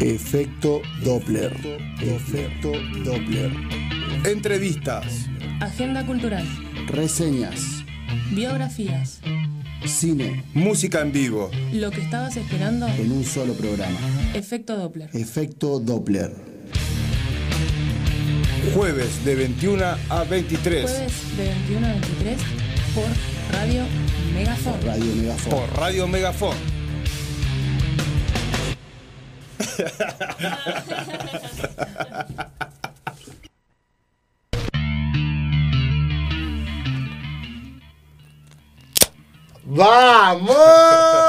Efecto Doppler. Efecto Doppler. Entrevistas. Agenda cultural. Reseñas. Biografías. Cine. Música en vivo. Lo que estabas esperando. En un solo programa. Efecto Doppler. Efecto Doppler. Jueves de 21 a 23. Jueves de 21 a 23 por Radio Megafon. Radio Megafon. Por Radio Megafon.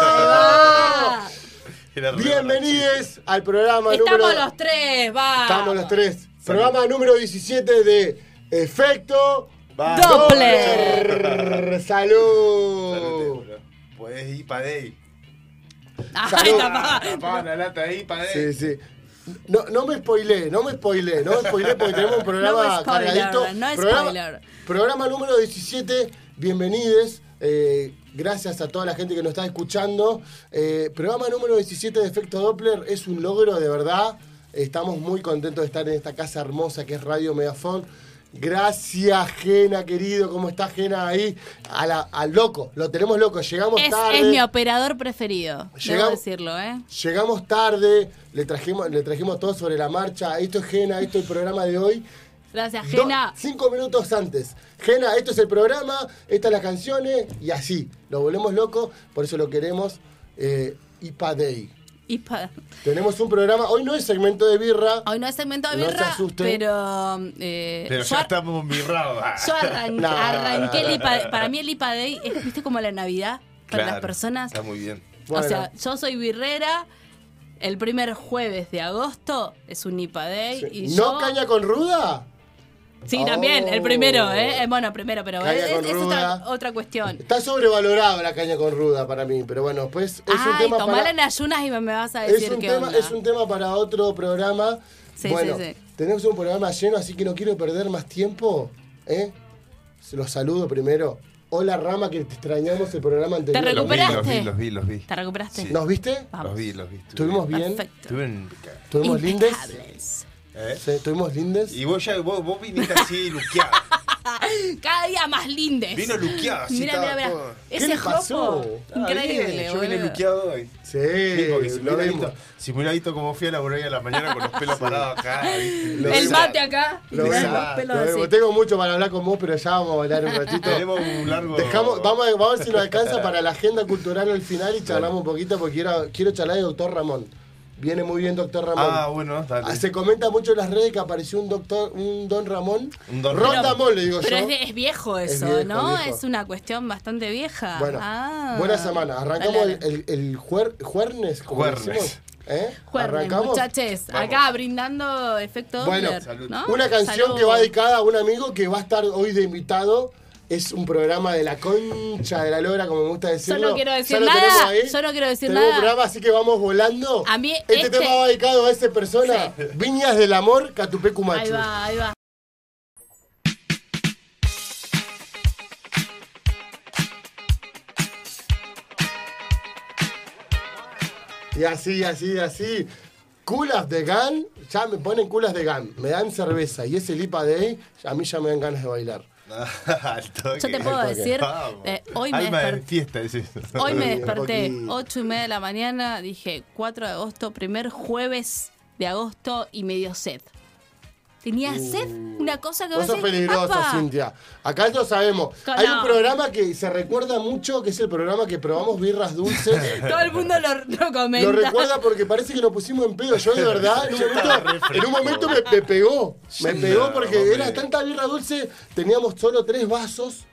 ¡Vamos! Era re Bienvenidos al programa Estamos número. los tres, va. Estamos los tres. Programa número 17 de Efecto Va. Doppler. Brrr, Salud. Podés ir para Pues ahí. Ay, Salud. tapá. Tapá la lata ahí para Sí, Eh. sí. No, no me spoilé, no me spoilé, no me spoilé porque tenemos un programa No spoiler, cargadito. no programa, spoiler. programa número 17, bienvenides. eh, gracias a toda la gente que nos está escuchando. Eh, programa número 17 de Efecto Doppler es un logro de verdad. Estamos muy contentos de estar en esta casa hermosa que es Radio Megafon. Gracias, Jena, querido. ¿Cómo está Jena ahí? A la- al loco, lo tenemos loco. Llegamos Es, tarde. es mi operador preferido, Llegamos- debo decirlo, ¿eh? Llegamos tarde, le trajimos, le trajimos todo sobre la marcha. Esto es Gena, esto es el programa de hoy. Gracias, Do- Jena. cinco minutos antes. Gena, esto es el programa, estas las canciones y así. Lo volvemos loco, por eso lo queremos. Eh, IPA Day. Y pa- Tenemos un programa, hoy no es segmento de birra. Hoy no es segmento de No se birra, asusten. pero. eh, Pero yo, ya ar- estamos mirrados. yo arran- No, arranqué no, el no, IPA. Para mí, el IPA Day es, viste, como la Navidad para las personas. Está muy bien. Bueno. O sea, yo soy birrera. El primer jueves de agosto es un IPA Day. Y ¿No yo- caña con ruda? Sí, también, el primero, ¿eh? Eh, Bueno, primero, pero Caña es, es- con es ruda. otra, otra cuestión. Está sobrevalorada la caña con ruda para mí, pero bueno, pues es un Ay, tema tomala para... en ayunas y me, me vas a decir Es un, qué tema, onda. es un tema para otro programa. Sí, bueno, sí, sí. tenemos un programa lleno, así que no quiero perder más tiempo. ¿eh? Se Los saludo primero. Hola, Rama, que te extrañamos el programa anterior. Te Los vi, los vi, ¿Recuperaste? los vi, los vi. ¿Te recuperaste? Sí. ¿Nos viste? Vamos. Los vi, los vi. ¿Estuvimos bien? Perfecto. Estuve en- ¿Estuvimos lindes? Impecables. ¿Eh? Sí, ¿Estuvimos lindes? Y vos ya, vos, vos viniste así luqueado. Cada día más lindes. Vino luqueado, así Mira, estaba mira, mira. todo. Ese le jopo. pasó? Ah, Increíble, Ah, Yo vine boludo. luqueado hoy. Sí, Digo que si me lo hubiera vimos. visto, si me hubiera visto como fui a la burguería a la mañana con los pelos parados acá. ¿viste? Lo El vimos. mate acá. y Lo los vemos, pelos lo así. vemos. Tengo mucho para hablar con vos, pero ya vamos a hablar un ratito. Tenemos un largo. Dejamos, vamos, a, vamos a ver si nos alcanza para la agenda cultural al final y charlamos un poquito porque quiero, quiero charlar de Doctor Ramón. Viene muy bien Doctor Ramón. Ah, bueno, dale. Ah, Se comenta mucho en las redes que apareció un doctor, un don Ramón. Un don Ron Ramón. Ramón, le digo Pero yo. es, de- es viejo Es eso, viejo, ¿no? viejo. Es una cuestión bastante vieja. Bueno, Ah. buena semana. Arrancamos Dale, el, dale. el, el juer- juernes, como Juernes. decimos. ¿Eh? Juernes, Arrancamos. muchaches. Acá brindando efecto Bueno, Doppler, salud. ¿no? Una canción Salud. que va dedicada a un amigo que va a estar hoy de invitado. Es un programa de la concha de la lora, como me gusta decirlo. Yo no quiero Ya decir lo nada, tenemos ahí. yo no quiero decir Tenemos nada. un programa, así que vamos volando. A mí este, este- tema va dedicado a esa persona. Viñas del Amor, Catupé Cumachu. Ahí va, ahí va. Y así, así, así. Culas de GAN, ya me ponen culas de GAN. Me dan cerveza y ese lipa de ahí, a mí ya me dan ganas de bailar. Al toque. Yo te puedo toque. decir, Vamos. eh, hoy me Alma en desperté. fiesta, es eso. Hoy me Un desperté poquito. 8 y media de la mañana, dije 4 de agosto, primer jueves de agosto y me dio sed. ¿Tenía sed? Una cosa Ah, que Uh. Vos sos decís, peligrosa, "Apa". Cintia. Acá lo sabemos. Co- Hay no. un programa que se recuerda mucho, que es el programa que probamos birras dulces. Todo el mundo lo, lo comenta. Lo recuerda porque parece que nos pusimos en pedo. Yo de verdad, en un momento, en un momento me, me pegó. Me Sí, pegó no, porque hombre. era tanta birra dulce, teníamos solo tres vasos.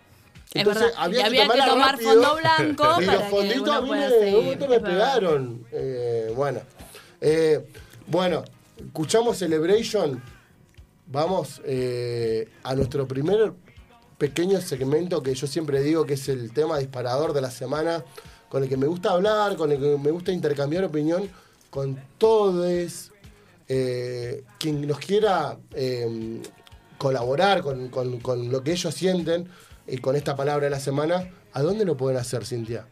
Es verdad. Y Había, que tomar, tomarla rápido. fondo blanco Y para los que fonditos uno a mí pueda me, seguir. en un momento me Es verdad. pegaron. Eh, bueno. Eh, bueno, escuchamos Celebration. Vamos eh, a nuestro primer pequeño segmento que yo siempre digo que es el tema disparador de la semana, con el que me gusta hablar, con el que me gusta intercambiar opinión con todos. eh, quien nos quiera eh, colaborar con, con- con lo que ellos sienten y con esta palabra de la semana, ¿a dónde lo pueden hacer, Cintia?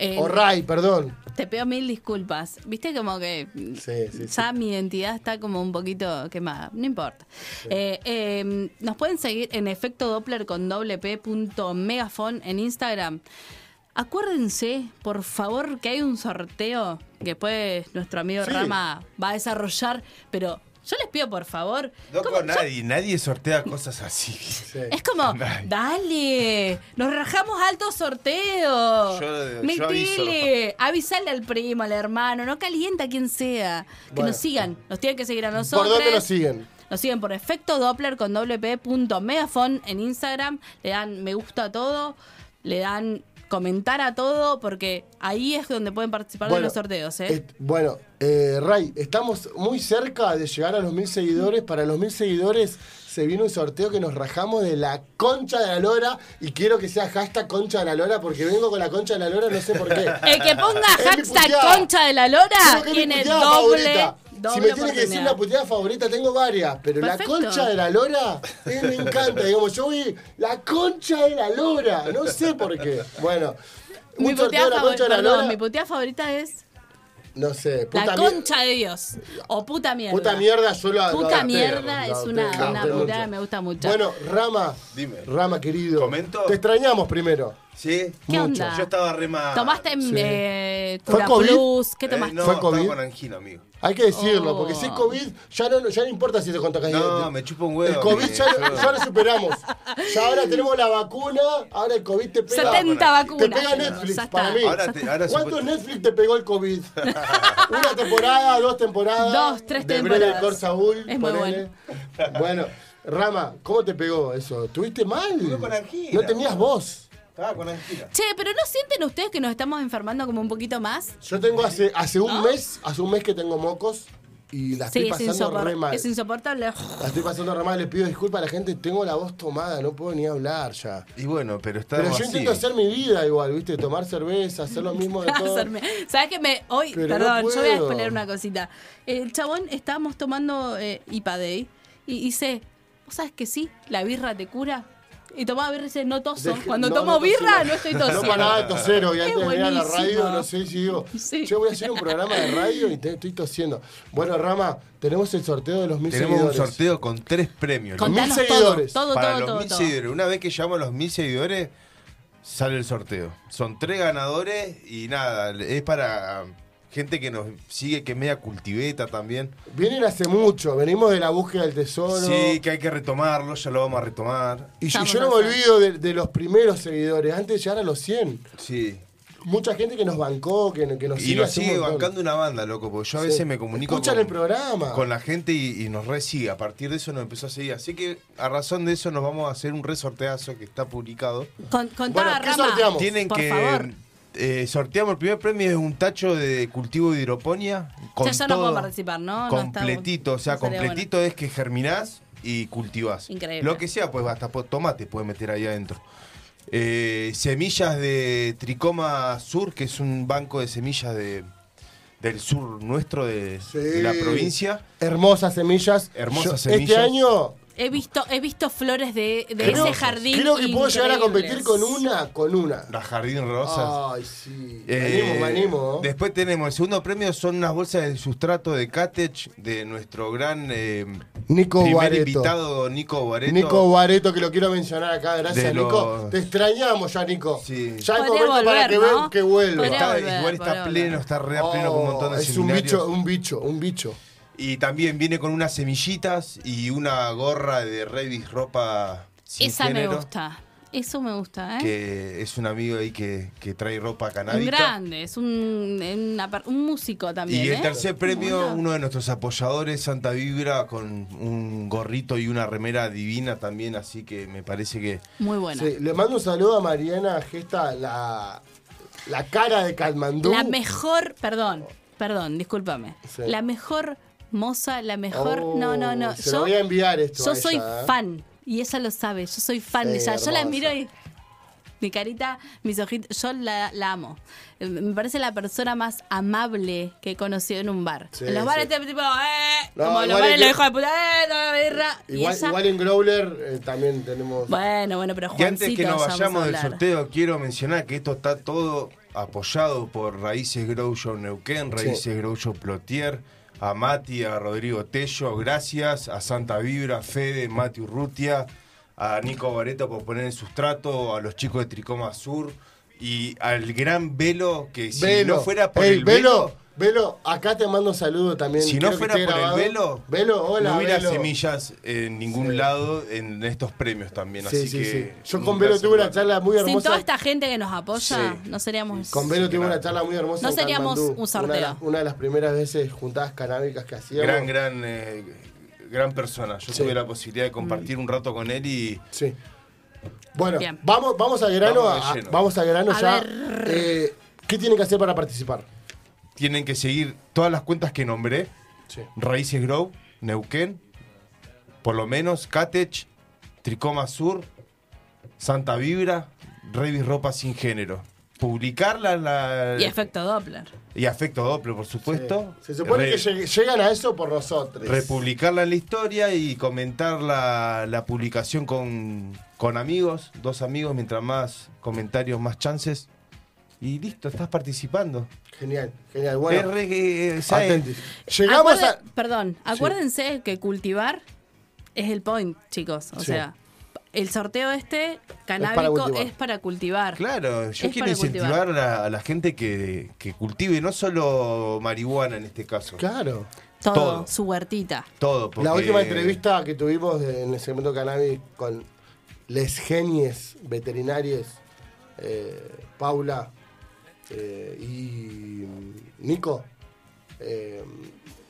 Eh, O Ray, perdón. Te pido mil disculpas. Viste como que mm, Sí, sí, sí. ya mi identidad está como un poquito quemada. No importa. Eh, eh, nos pueden seguir en efecto Doppler con doble P punto megafon en Instagram. Acuérdense, por favor, que hay un sorteo que después nuestro amigo Sí. Rama va a desarrollar, pero yo les pido por favor. Loco, ¿cómo- yo- nadie, nadie sortea cosas así. Sí. es como, Dale. dale, nos rajamos alto sorteo. Yo- yo Metele, avisale al primo, al hermano, no calienta a quien sea. Que Bueno. nos sigan, nos tienen que seguir a ¿Por nosotros. dónde nos siguen? Nos siguen por efecto Doppler con wp.megafon en Instagram. Le dan me gusta a todo, le dan comentar a todo, porque ahí es donde pueden participar de los sorteos. ¿eh? est- bueno, eh, Ray, estamos muy cerca de llegar a los mil seguidores. Para los mil seguidores se viene un sorteo que nos rajamos de la concha de la lora. Y quiero que sea hashtag concha de la lora porque vengo con la concha de la lora, no sé por qué. El que ponga Es mi hashtag puteada. concha de la Creo lora que es mi tiene puteada doble, favorita. doble si me tiene que decir oportunidad. la puteada favorita, tengo varias, pero Perfecto. la concha de la lora eh, me encanta. Digamos, yo voy la concha de la lora, no sé por qué. Bueno, un Mi sorteo de puteada, la favor- concha de la perdón, lora, mi puteada favorita es no sé, puta la mier- concha de Dios. O puta mierda. Puta mierda, yo la. Puta la- la- mierda la- es la- una- la- una la- puteada, me gusta mucho. Bueno, Rama, Dime. Rama querido, ¿Comento? te extrañamos primero. ¿Sí? ¿Qué Mucho. onda? Yo estaba re mal. ¿Tomaste Sí. eh, ¿Fue Cura COVID? Plus? ¿Qué Eh, tomaste? no, ¿Fue estaba COVID? con angina, amigo. Hay que decirlo, Oh. porque si es COVID, ya no, ya no importa si te contagias. No, me chupa un huevo, El COVID mire, ya, lo- yo- ya lo superamos. Ya ahora tenemos la vacuna, ahora el COVID te pega. 70 vacunas. Te pega Netflix, Ya está. para mí. Ahora te- ahora ¿Cuánto supo- Netflix te pegó el COVID? Una temporada, dos temporadas. Dos, tres de temporadas. Cor Saúl, Es muy ponele. Bueno, Rama, ¿cómo te pegó eso? ¿Tuviste mal? con angina. No tenías voz. Estaba con angina. Che, pero ¿no sienten ustedes que nos estamos enfermando como un poquito más? Yo tengo hace, hace un mes, hace un mes que tengo mocos y la estoy Sí, es, pasando insopor- re mal. es insoportable. La estoy pasando re mal, le pido disculpas a la gente, tengo la voz tomada, no puedo ni hablar ya. Y bueno, pero estaba Pero yo así. intento hacer mi vida igual, ¿viste? Tomar cerveza, hacer lo mismo de todo. Hacerme- ¿Sabes que me.? Hoy, Pero no perdón, yo voy a puedo. exponer una cosita. El chabón, estábamos tomando eh, IPA Day y dice: ¿Vos sabes que sí? La birra te cura. Y tomaba birra y dice: No toso. Dejé- Cuando no, tomo no tosí, birra, no. no estoy No tosiendo. paraba de toser hoy Es antes de venir a la buenísimo. radio, no sé si digo. Sí. Yo voy a hacer un programa de radio y te- estoy tosiendo. Bueno, Rama, tenemos el sorteo de los mil Tenemos un seguidores. sorteo con tres premios. Con- Contanos Mil todo, seguidores. todo, para todo, los todo. mil todo. seguidores. Una vez que llegamos a los mil seguidores, sale el sorteo. Son tres ganadores y nada, es para gente que nos sigue, que es media cultiveta también. Vienen hace mucho, venimos de la búsqueda del tesoro. Sí, que hay que retomarlo, ya lo vamos a retomar. Y yo, Estamos yo no me haciendo. olvido de, de los primeros seguidores, antes de llegar a los 100. Sí. Mucha gente que nos bancó, que, que nos Y sigue nos hace un sigue montón. bancando una banda, loco, porque yo a Sí. veces me comunico Escuchan el programa. con la gente y, y nos re sigue. A partir de eso nos empezó a seguir. Así que a razón de eso nos vamos a hacer un resorteazo que está publicado. Con, contá, Bueno, ¿qué Rama, sorteamos? Tienen por que. favor. eh, sorteamos el primer premio, es un tacho de cultivo de hidroponía. Con Ya, ya no todo puedo participar, ¿no? No, está- Completito, o sea, no sería completito es que germinás y cultivás. Increíble. Lo que sea, pues hasta po- tomate puedes meter ahí adentro. Eh, semillas de Tricoma Sur, que es un banco de semillas de, del sur nuestro, de, Sí. de la provincia. Hermosas semillas. Hermosas Este semillas. año He visto, he visto flores de, de Creo- ese jardín. creo que puedo llegar a increíbles. competir con una, con una. La Jardín Rosas. Ay, sí. Eh, me animo, me animo. Después tenemos el segundo premio, son unas bolsas de sustrato de Catech de nuestro gran eh, Nico primer Guareto. invitado Nico Guareto. Nico Guareto, que lo quiero mencionar acá, gracias De los- Nico. Te extrañamos ya, Nico. Sí. Ya es Podría momento para volver, que, ¿no? ven- que vuelva. Podría Está- volver, igual podría está volver. pleno, está re a pleno con un montón de Oh, es un seminarios. bicho, un bicho, un bicho. Y también viene con unas semillitas y una gorra de Revis ropa sin Esa género, me gusta. Eso me gusta, ¿eh? Que es un amigo ahí que, que trae ropa un canábica. grande, es un, una per- un músico también. Y el ¿eh? tercer Me premio, gusta. uno de nuestros apoyadores, Santa Vibra, con un gorrito y una remera divina también, así que me parece que... Muy bueno. Sí, le mando un saludo a Mariana Gesta, la, la cara de Calmandú. La mejor, perdón, perdón, discúlpame. Sí. La mejor moza, la mejor. Oh, no, no, no. se lo voy a enviar esto Yo a soy ella, ¿eh? fan, y ella lo sabe, yo soy fan de Sí, ella. Yo la hermosa. miro y. Mi carita, mis ojitos, yo la, la amo. Eh, Me parece la persona más amable que he conocido en un bar. Sí, en los bares, sí. te- tipo, ¡eh! No, como en los igual bares, que- los hijos de puta, ¡eh! No, birra. Y Igual, ella- igual en Growler eh, también tenemos. Bueno, bueno, pero Y Juancito. antes que nos ya vamos a vayamos del hablar. sorteo, quiero mencionar que esto está todo apoyado por Raíces Grow Show Neuquén, Raíces Grow Show Plotier, a Mati, a Rodrigo Tello, gracias, a Santa Vibra, Fede, Mati Urrutia, a Nico Bareto por poner el sustrato, a los chicos de Tricoma Sur y al gran Velo que si Velo. no fuera por Ey, el Velo, Velo, acá te mando un saludo también. si no Creo que fuera esté por el grabado. Velo, Velo, hola. no hubiera Velo. semillas en ningún lado en estos premios también, Sí, así sí, que sí. Yo nunca con Velo se tuve una guarda. charla muy hermosa. Sin toda esta gente que nos apoya, Sí. no seríamos. Con Velo Sí, tuvimos claro. una charla muy hermosa. No en seríamos Katmandú. un sorteo. Una, de las- una de las primeras veces juntadas canábicas que hacíamos. Gran, gran, eh, gran persona. Yo Sí. tuve la posibilidad de compartir un rato con él y Sí. Bueno, Bien. vamos, vamos al grano. Vamos de a- lleno. Vamos al grano A ya. ver. Eh, ¿Qué tienen que hacer para participar? tienen que seguir todas las cuentas que nombré. Sí. Raíces Grow, Neuquén, por lo menos, Catech, Tricoma Sur, Santa Vibra, Revis Ropa Sin Género. Publicarla la, Y efecto Doppler. y Afecto Doppler, por supuesto. Se supone Re- que llegue- llegan a eso por nosotros. Republicarla en la historia y comentar la, la publicación con, con amigos, dos amigos, mientras más comentarios, más chances. Y listo, estás participando. Genial, genial. Bueno, Es re que, eh, ¿sabes? atenti. Llegamos Acuerde- a. Perdón, acuérdense que cultivar es el point, chicos. O Sí. sea, el sorteo este para canábico cultivar. es para cultivar. Claro, yo Es quiero para incentivar cultivar. a, la- a la gente que, que cultive, no solo marihuana en este caso. Claro. Todo, todo. su huertita. Todo, porque La última entrevista que tuvimos en el segmento cannabis con les genies veterinarios, eh, Paula eh, y mm, Nico, eh,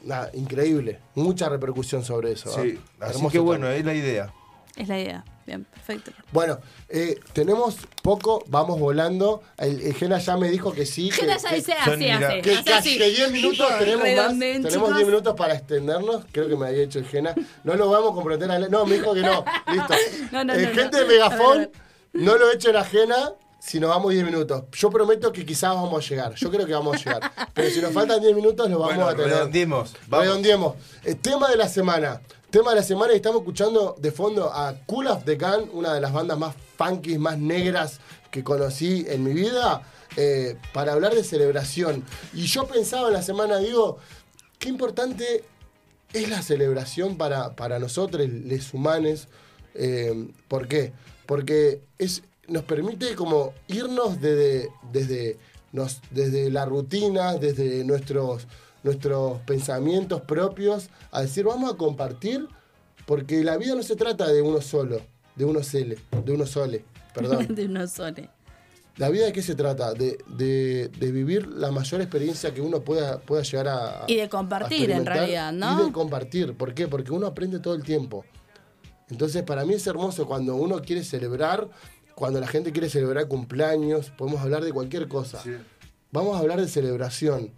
nada, increíble. Mucha repercusión sobre eso. ¿eh? Sí, así Hermoso que bueno, tema. es la idea. Es la idea. Bien, perfecto. Bueno, eh, tenemos poco, vamos volando. El, el Jena ya me dijo que sí. que- Gena ya que- dice son así, mira- hace. Que hace casi así. que 10 minutos tenemos más. Redondeen, Tenemos chicos. 10 minutos para extendernos. Creo que me había hecho el Jena. No lo vamos a comprometer a la- No, me dijo que no. Listo. No, no, Eh, no, gente no. de Megafon, A ver, no lo echen a Jena si nos vamos 10 minutos. Yo prometo que quizás vamos a llegar. Yo creo que vamos a llegar. Pero si nos faltan 10 minutos, lo vamos Bueno, a tener. redondeemos, vamos. Redondeemos. Eh, tema de la semana. Tema de la semana y estamos escuchando de fondo a Cool of the Gun, una de las bandas más funky, más negras que conocí en mi vida, eh, para hablar de celebración. Y yo pensaba en la semana, digo, qué importante es la celebración para, para nosotros, los humanos. Eh, ¿Por qué? Porque es, nos permite como irnos desde, desde, nos, desde la rutina, desde nuestros, nuestros pensamientos propios, a decir, vamos a compartir, porque la vida no se trata de uno solo, de uno sole, de uno sole, perdón. De unos soles. ¿La vida de qué se trata? De, de- de vivir la mayor experiencia que uno pueda, pueda llegar a. Y de a compartir, en experimentar realidad, ¿no? Y de compartir. ¿Por qué? Porque uno aprende todo el tiempo. Entonces, para mí es hermoso cuando uno quiere celebrar, cuando la gente quiere celebrar cumpleaños, podemos hablar de cualquier cosa. Vamos a hablar de celebración.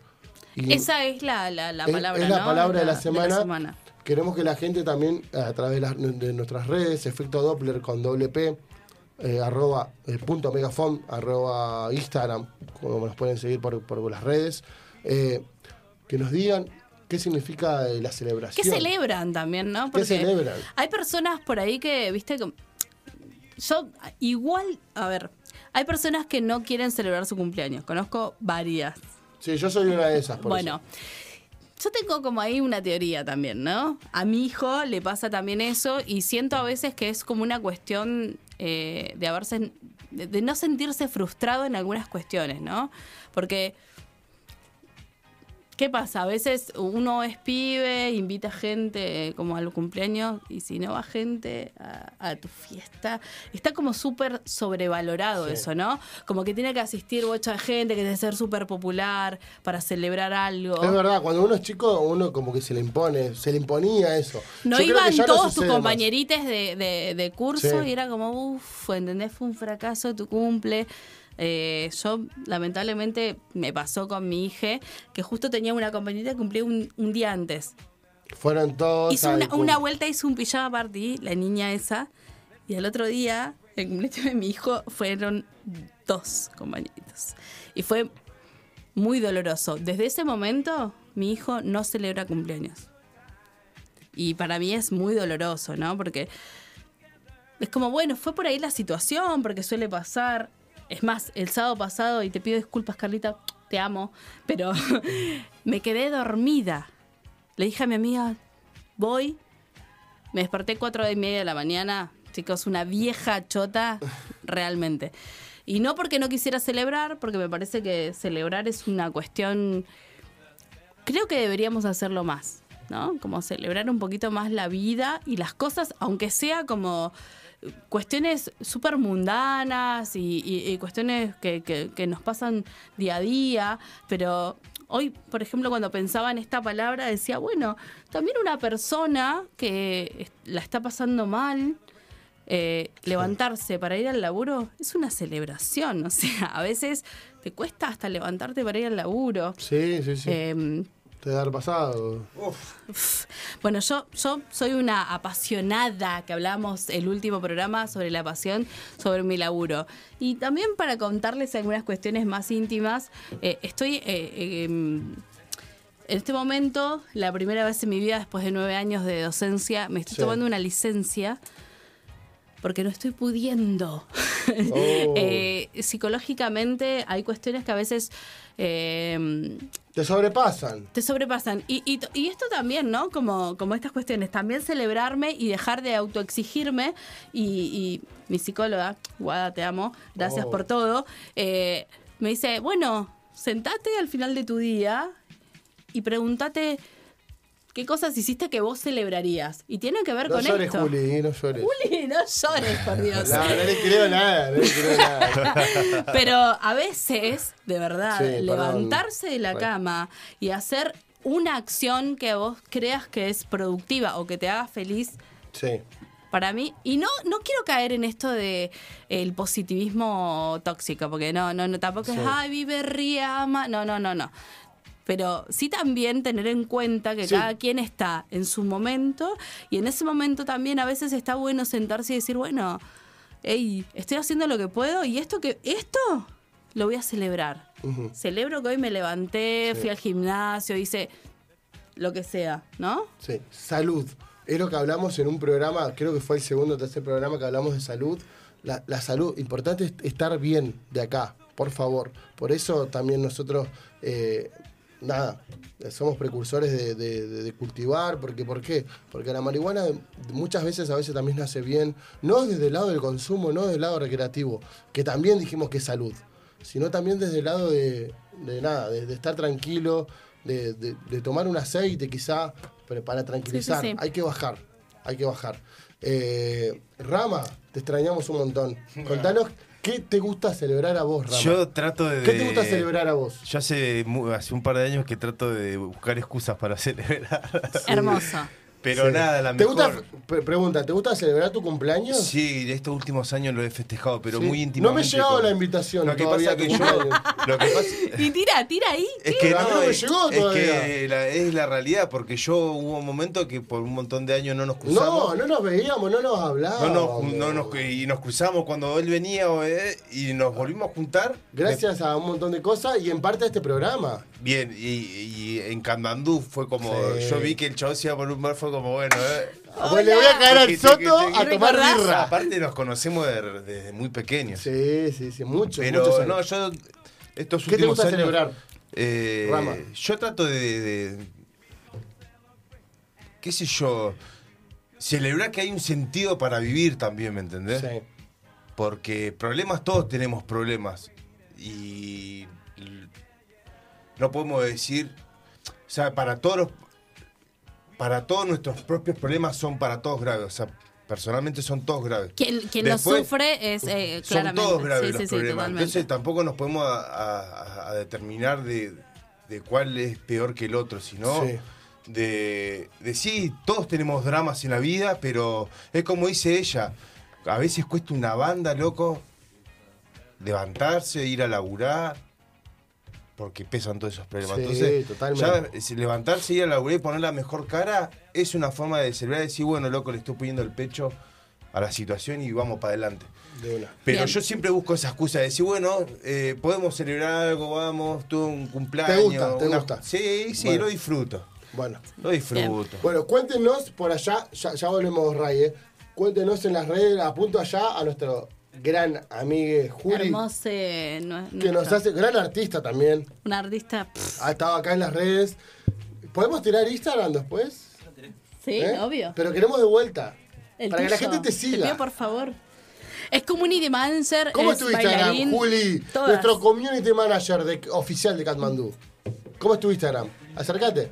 Y- Esa es la, la, la es- palabra. Es, la ¿no? palabra de, la semana. Queremos que la gente también, a través de, las- de nuestras redes, efecto Doppler con doble P, eh, arroba, eh, punto megafon, arroba Instagram, como nos pueden seguir por, por las redes, eh, que nos digan qué significa eh, la Que celebración. celebran también, ¿no? Porque celebran? Hay personas por ahí que, viste, com- yo igual, a ver, hay personas que no quieren celebrar su cumpleaños. Conozco varias. Sí, yo soy una de esas. por Bueno, yo tengo como ahí una teoría también, ¿no? A mi hijo le pasa también eso y siento a veces que es como una cuestión eh, de haberse, de, de no sentirse frustrado en algunas cuestiones, ¿no? Porque ¿Qué pasa? A veces uno es pibe, invita gente eh, como al cumpleaños y si no va gente a, a tu fiesta, está como súper sobrevalorado eso, ¿no? Como que tiene que asistir mucha gente, que tiene que ser súper popular para celebrar algo. eso. Es verdad, cuando uno es chico, uno como que se le impone, se le imponía eso. No Yo creo que iban ya no todos sucede tus más. compañerites de, de- de curso Sí. y era como, uff, ¿entendés? Fue un fracaso tu cumple. Eh, yo, lamentablemente, me pasó con mi hija, que justo tenía una compañerita que cumplía un, un día antes. Fueron todos. hizo al una, cum- una vuelta, hizo un pijama party, la niña esa, y al otro día, el cumpleaños de mi hijo, fueron dos compañeritos. Y fue muy doloroso. Desde ese momento, mi hijo no celebra cumpleaños. Y para mí es muy doloroso, ¿no? Porque es como, bueno, fue por ahí la situación, porque suele pasar. Es más, el sábado pasado, y te pido disculpas, Carlita, te amo, pero me quedé dormida. Le dije a mi amiga, voy. Me desperté cuatro y media de la mañana. Chicos, una vieja chota, realmente. Y no porque no quisiera celebrar, porque me parece que celebrar es una cuestión creo que deberíamos hacerlo más, ¿no? Como celebrar un poquito más la vida y las cosas, aunque sea como cuestiones súper mundanas y, y- y cuestiones que, que- que nos pasan día a día, pero hoy, por ejemplo, cuando pensaba en esta palabra, decía, bueno, también una persona que es- la está pasando mal, eh, levantarse para ir al laburo es una celebración, o sea, a veces te cuesta hasta levantarte para ir al laburo. Sí, sí, sí. Em, Te da el pasado. bueno, yo, yo soy una apasionada, que hablamos el último programa sobre la pasión, sobre mi laburo. Y también para contarles algunas cuestiones más íntimas, eh, estoy eh, eh, em, en este momento, la primera vez en mi vida, después de nueve años de docencia, me estoy Sí. tomando una licencia porque no estoy pudiendo. Oh. Eh, psicológicamente hay cuestiones que a veces... em, Te sobrepasan. te sobrepasan. Y, y, y esto también, ¿no? Como, como estas cuestiones. También celebrarme y dejar de autoexigirme. Y, y mi psicóloga, Guada, te amo, gracias Oh. por todo, eh, me dice, bueno, sentate al final de tu día y pregúntate qué cosas hiciste que vos celebrarías. Y tiene que ver No con llores, esto. Juli, no llores. Juli, no llores, por Dios. No, no le creo nada, no le creo nada. Pero a veces, de verdad, Sí, perdón. levantarse de la Bueno. cama y hacer una acción que vos creas que es productiva o que te haga feliz, Sí. para mí, y no, no quiero caer en esto de el positivismo tóxico, porque no, no, no, tampoco Sí. es ay, vive, ríe, ama. No, no, no, no. Pero sí también tener en cuenta que Sí. cada quien está en su momento, y en ese momento también a veces está bueno sentarse y decir, bueno, hey, estoy haciendo lo que puedo, y esto que, esto lo voy a celebrar. Ujú. Celebro que hoy me levanté, Sí. fui al gimnasio, hice lo que sea, ¿no? Sí, salud. Es lo que hablamos en un programa, creo que fue el segundo o tercer programa que hablamos de salud. La, la salud, importante es estar bien de acá, por favor. Por eso también nosotros, eh, nada, eh, somos precursores de, de- de- de cultivar, porque ¿por qué? Porque la marihuana eh, muchas veces a veces también nos hace bien, no desde el lado del consumo, no desde el lado recreativo, que también dijimos que es salud, sino también desde el lado de, de nada, de, de estar tranquilo, de, de- de tomar un aceite quizá, pero para tranquilizar. sí. Hay que bajar, hay que bajar. Eh, Rama, te extrañamos un montón. Contanos, ¿qué te gusta celebrar a vos, Rama? Yo trato de. ¿Qué te gusta celebrar a vos? Yo hace, mu- hace un par de años que trato de buscar excusas para celebrar. Hermoso. Pero Sí. nada, la ¿Te mejor. gusta, pre- pregunta, ¿te gusta celebrar tu cumpleaños? Sí, en estos últimos años lo he festejado, pero Sí. muy No me íntimamente. ha llegado con- la invitación Lo que todavía pasa a tu que yo. cumpleaños. Lo que pasa. Y tira, tira ahí. Es tira. que Pero a mí no no, me es, llegó es todavía. que la- es la realidad, porque yo hubo un momento que por un montón de años no nos No, cruzamos. no nos veíamos, no nos hablábamos. No nos, no nos- y nos cruzamos cuando él venía o, eh, y nos volvimos a juntar. Gracias a un montón de cosas y en parte a este programa. Bien, y, y en Candandú fue como. Sí. Yo vi que el chavo se iba por un bar, fue como, bueno, eh. Pues le voy a caer al Chiqui, chiqui, soto chiqui. a tomar ¿Recordás? birra. Aparte, nos conocemos de- desde muy pequeños. Sí, sí, sí, mucho. muchos pero años. no, yo. Estos ¿Qué te últimos gusta años, celebrar? eh, Rama. Yo trato de, de- ¿Qué sé yo? Celebrar que hay un sentido para vivir también, ¿me entendés? Sí. Porque problemas, todos tenemos problemas. Y l- no podemos decir, o sea, para todos los- para todos nuestros propios problemas son para todos graves. O sea, personalmente son todos graves. Quien, quien Después, lo sufre uh, es eh, Son claramente. todos graves sí, los sí, sí, problemas. totalmente. Entonces tampoco nos podemos a, a- a determinar de, de cuál es peor que el otro, sino Sí. de, de sí, todos tenemos dramas en la vida, pero es como dice ella, a veces cuesta una banda, loco, levantarse, ir a laburar, porque pesan todos esos problemas. Sí, Entonces, totalmente. ya es- levantarse, ir a laburar y poner la mejor cara es una forma de celebrar y decir, bueno, loco, le estoy poniendo el pecho a la situación y vamos para adelante. De una. Pero Bien. yo siempre busco esa excusa de decir, bueno, eh, podemos celebrar algo, vamos, tuve un cumpleaños. Te gusta, te una- gusta. Sí, sí, Bueno. lo disfruto. Bueno. Lo disfruto. Bueno, cuéntenos por allá, ya, ya volvemos, Ray, eh. Cuéntenos en las redes, apunto allá a nuestro gran amiga Juli, Hermoso. eh, no- que nos nuestro- hace gran artista también. Un artista. pff, Ha estado acá en las redes. ¿Podemos tirar Instagram después? sí, ¿Eh? obvio. Pero queremos de vuelta. El para que la tuyo. gente te siga. pido, por favor. Es community manager. ¿Cómo es es tu Instagram, bailarín, Juli? todas. Nuestro community manager de- oficial de Katmandú. ¿Cómo es tu Instagram? Acércate.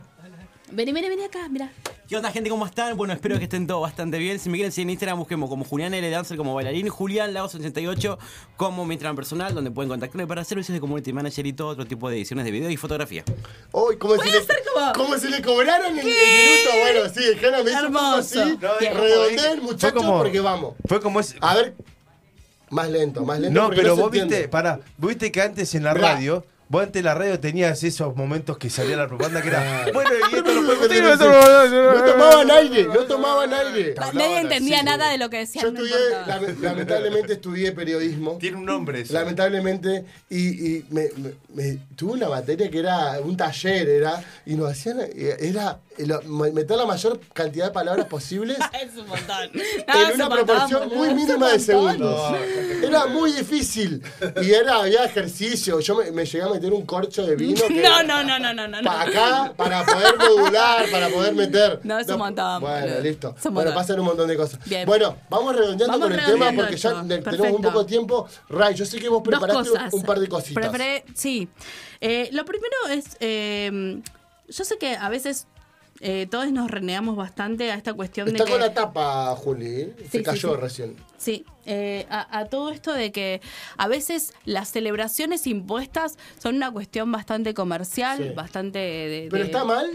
Vení, vení, vení acá, mira. ¿Qué onda, gente? ¿Cómo están? Bueno, espero que estén todos bastante bien. Si me quieren seguir en Instagram, busquemos como Julián L. Dancer como bailarín, Julián Lagos88 como mi Instagram personal, donde pueden contactarme para servicios de community manager y todo otro tipo de ediciones de video y fotografía. Hoy, ¿cómo, se le, hacer como- ¿Cómo se le cobraron el, el minuto? Bueno, sí, el Jana me hizo un poco Hermoso. así. No, es como- Redondea el fue muchacho como- porque vamos. Fue como es. A ver, más lento, más lento. No, porque pero se vos entiende. viste, pará, vos viste que antes en la Mirá. radio, vos antes en la radio tenías esos momentos que salía la propaganda que Ah. era. Bueno, y esto lo No tomaban aire, no tomaban aire. Nadie entendía nada de lo que decían. Yo no estudié, importaba. lame- lamentablemente estudié periodismo. Tiene un nombre eso. Lamentablemente, y, y me, me- me- tuve una materia que era un taller, era, y nos hacían, eh, era lo- meter la mayor cantidad de palabras posibles Es un montón. No, es en un una montón, proporción boludo, muy es un mínima de montón. segundos. Era muy difícil. Y era, había ejercicio. Yo me, me llegué a meter un corcho de vino. que- No, no, no, no, no, no. Pa' acá, para poder modular, para poder meter. No, es un montón, Bueno, boludo. listo. Es un Bueno, montón. pasan un montón de cosas. Bien. Bueno, vamos redondeando Vamos con el redondeando tema porque ya esto. ne- tenemos Perfecto. un poco de tiempo. Ray, yo sé que vos Dos preparaste un, cosas. un par de cositas. Preparé- sí. Eh, lo primero es, eh, yo sé que a veces eh, todos nos renegamos bastante a esta cuestión Está de con que... la tapa, Juli. ¿eh? Sí, Se sí, cayó sí. recién. Sí, eh, a, a todo esto de que a veces las celebraciones impuestas son una cuestión bastante comercial, Sí. bastante de, Pero de- está mal.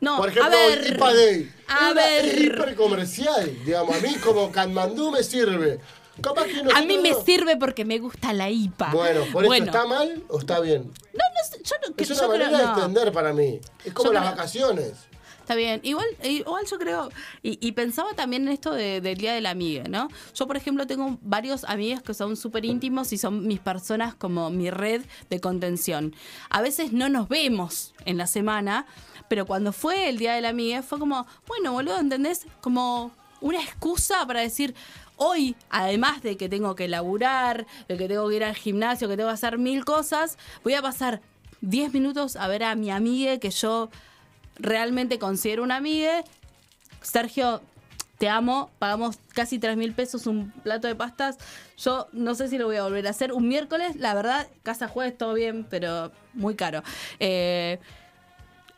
No, Por ejemplo, a ver, IPA Day. a Era ver. hipercomercial. Digamos, a mí como Kanmandú me sirve. Capaz que A nosotros mí me no. sirve porque me gusta la IPA. Bueno, por Bueno, eso, ¿está mal o está bien? No, no, sé, yo no, que Es una yo creo- manera de no. entender para mí. Es como Yo las creo- vacaciones. Está bien. Igual, igual yo creo, y, y pensaba también en esto de- del Día de la Amiga, ¿no? Yo, por ejemplo, tengo varios amigas que son súper íntimos y son mis personas como mi red de contención. A veces no nos vemos en la semana, pero cuando fue el Día de la Amiga fue como, bueno, boludo, ¿entendés? Como una excusa para decir... Hoy, además de que tengo que laburar, de que tengo que ir al gimnasio, que tengo que hacer mil cosas, voy a pasar 10 minutos a ver a mi amiga que yo realmente considero una amiga. Sergio, te amo. Pagamos casi 3 mil pesos un plato de pastas. Yo no sé si lo voy a volver a hacer un miércoles. La verdad, casa jueves todo bien, pero muy caro. Eh,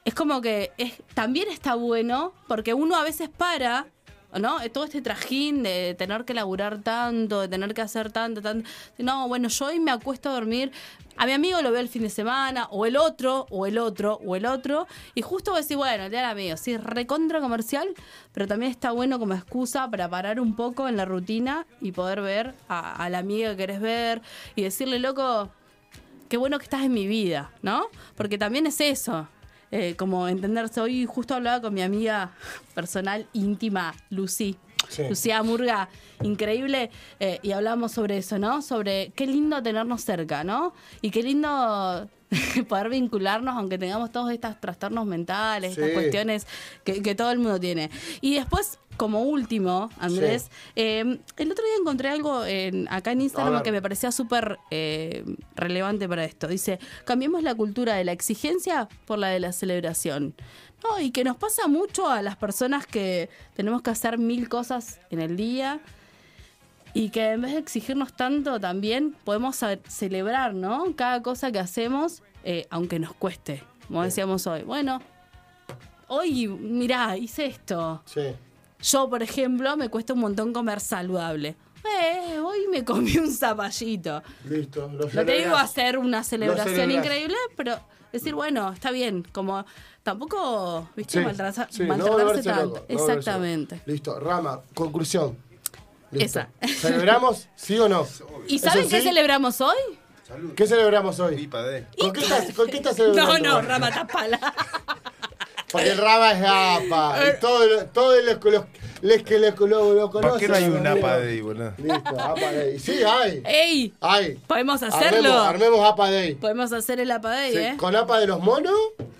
es como que es, también está bueno porque uno a veces para, ¿no? Todo este trajín de tener que laburar tanto, de tener que hacer tanto, tanto. No, bueno, yo hoy me acuesto a dormir. A mi amigo lo veo el fin de semana, o el otro, o el otro, o el otro. Y justo voy a decir, bueno, el día del amigo, sí, recontra comercial, pero también está bueno como excusa para parar un poco en la rutina y poder ver a, a la amiga que querés ver y decirle, loco, qué bueno que estás en mi vida, ¿no? Porque también es eso. eh, como entenderse, hoy justo hablaba con mi amiga personal íntima, Lucy. Sí. Lucía Murga, increíble, eh, y hablamos sobre eso, ¿no? Sobre qué lindo tenernos cerca, ¿no? Y qué lindo poder vincularnos, aunque tengamos todos estos trastornos mentales, Sí. estas cuestiones que, que todo el mundo tiene. Y después, como último, Andrés, eh, el otro día encontré algo en- acá en A Instagram ver. que me parecía súper eh, relevante para esto. Dice, cambiemos la cultura de la exigencia por la de la celebración. No, y que nos pasa mucho a las personas que tenemos que hacer mil cosas en el día y que en vez de exigirnos tanto también podemos a- celebrar, ¿no? Cada cosa que hacemos, eh, aunque nos cueste. Como decíamos hoy, bueno, hoy, mirá, hice esto. Sí. Yo, por ejemplo, me cuesta un montón comer saludable. Eh, hoy me comí un zapallito. Listo. Lo No te celebrás. digo hacer una celebración celebrás. increíble, pero decir, bueno, está bien, como tampoco, viste, Sí, maltraza- sí, no maltratarse volverse tanto. loco, no volverse Exactamente. loco. Listo. Rama, conclusión. Esa. ¿Celebramos? ¿Sí o no? ¿Y saben Eso qué sí, celebramos hoy? ¿Qué celebramos hoy? Pipa de. ¿Con qué estás, con qué estás No, celebrando? no, Rama Tapala. Eh, Porque el Rama es apa. Y todo, lo- todo los, los- Les que les lo, lo conocen. ¿Para qué no hay un amigo. APA Day, boludo? Listo, APA Day. Sí, hay. ¡Ey! Hay. Eh, Podemos hacerlo. Armemos, armemos APA Day. Podemos hacer el apadey, Sí, ¿eh? Con APA de los monos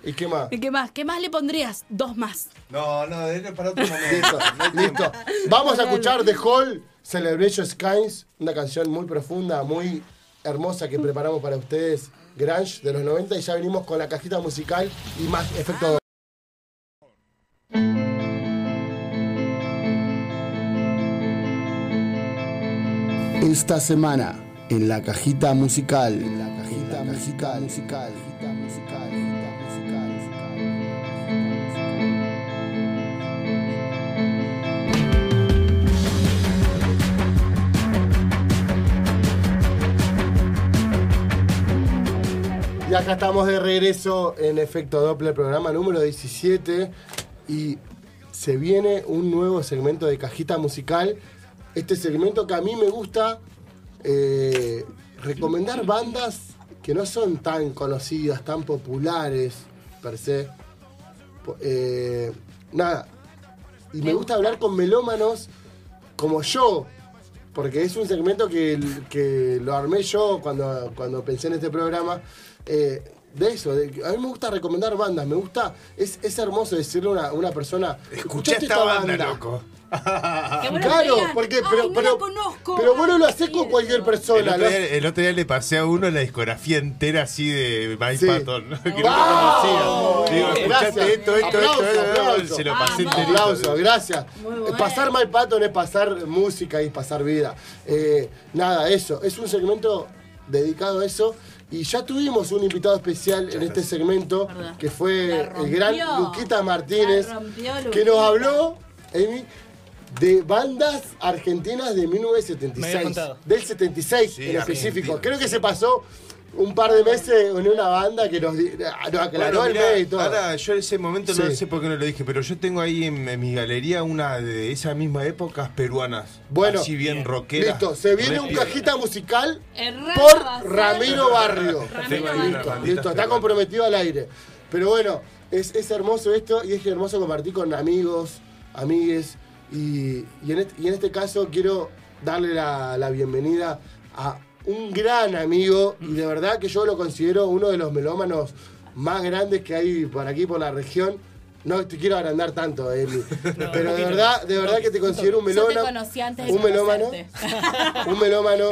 y qué más. ¿Y qué más? ¿Qué más le pondrías? Dos más. No, no, denle para otro momento. Listo, listo. Vamos a escuchar The Hall Celebration Skies, una canción muy profunda, muy hermosa que preparamos para ustedes, Grunge de los 90 y ya venimos con la cajita musical y más efecto. Esta semana, en la cajita musical. En la cajita musical. musical, cajita musical, cajita musical, musical. Y acá estamos de regreso en efecto Doppler, programa número 17 y se viene un nuevo segmento de cajita musical. Este segmento que a mí me gusta eh, recomendar bandas que no son tan conocidas, tan populares per se. Po- eh, nada. Y me gusta hablar con melómanos como yo. Porque es un segmento que, que lo armé yo cuando, cuando pensé en este programa. eh, de eso, de- a mí me gusta recomendar bandas, me gusta, es, es hermoso decirle a una, a una persona, Escuché esta banda, loco. Que vos no Ah, Claro, digas, porque, "Ay, pero, no pero, la conozco". pero vos no lo Ay, haces con mierda. cualquier El persona. otro, lo- día, el otro día le pasé a uno la discografía entera así de Mike Sí. Patton, ¿no? que no ¡Vamos! lo conocía. Digo, Gracias. escuchate esto, esto, esto, Aplauso, esto, aplauso. se lo pasé Vamos. enterito. Aplauso, Ah, gracias. Eh, Muy bueno. Pasar mal pato no es pasar música y es pasar vida. Eh, nada, eso. Es un segmento dedicado a eso. Y ya tuvimos un invitado especial en este segmento Verdad. que fue La el gran rompió. Luquita Martínez, La rompió, que nos Luquita. habló, Amy, de bandas argentinas de Me había 1976. contado. Del 76 Sí, en específico. argentino. Creo que se pasó un par de meses en una banda que nos, di- nos aclaró Bueno, el mirá, medio y todo. Ahora, yo en ese momento no Sí. sé por qué no lo dije, pero yo tengo ahí en, en mi galería una de esas mismas épocas peruanas. Bueno. Así bien rockeras. Listo, se viene un Repito. cajita musical Errata por Bazán. Ramiro Barrio. Barrio. listo, Ramiro Banditas listo, está peruanas. comprometido al aire. Pero bueno, es, es hermoso esto y es hermoso compartir con amigos, amigues. Y, y en, este, y en este caso quiero darle la, la bienvenida a un gran amigo y de verdad que yo lo considero uno de los melómanos más grandes que hay por aquí, por la región. No te quiero agrandar tanto, Emi. pero de verdad, de verdad que te considero un Yo te melómano. conocí antes de un melómano conocerte. un melómano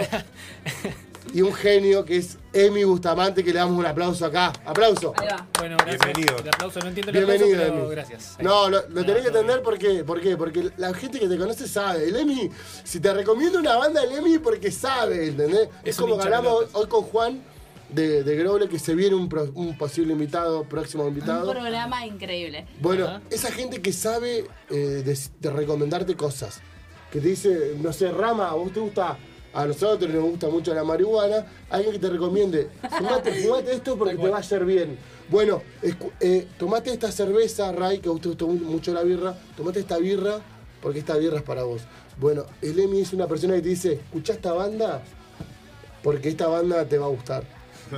y un genio que es Emi Bustamante, que le damos un aplauso acá. Aplauso. Ahí va. Bueno, gracias. Bienvenido. El aplauso, no entiendo el Bienvenido, aplauso, pero Emi. gracias. Ahí. No, lo, lo tenés que todo entender porque, ¿por qué? porque la gente que te conoce sabe. El Emi, si te recomiendo una banda del Emi, porque sabe, ¿entendés? Es, Es un como que hincha hablamos hoy, pelotas. hoy con Juan de, de Groble, que se viene un, pro- un posible invitado, próximo invitado. Un programa increíble. Bueno, Ajá. esa gente que sabe eh, de, de recomendarte cosas. Que te dice, no sé, Rama, a vos te gusta, a nosotros nos gusta mucho la marihuana. Alguien que te recomiende, fumate, fumate esto porque te va a hacer bien. Bueno, escu- eh, tomate esta cerveza, Ray, que a vos te gustó mu- mucho la birra. Tomate esta birra porque esta birra es para vos. Bueno, el Emi es una persona que te dice, escuchá esta banda porque esta banda te va a gustar.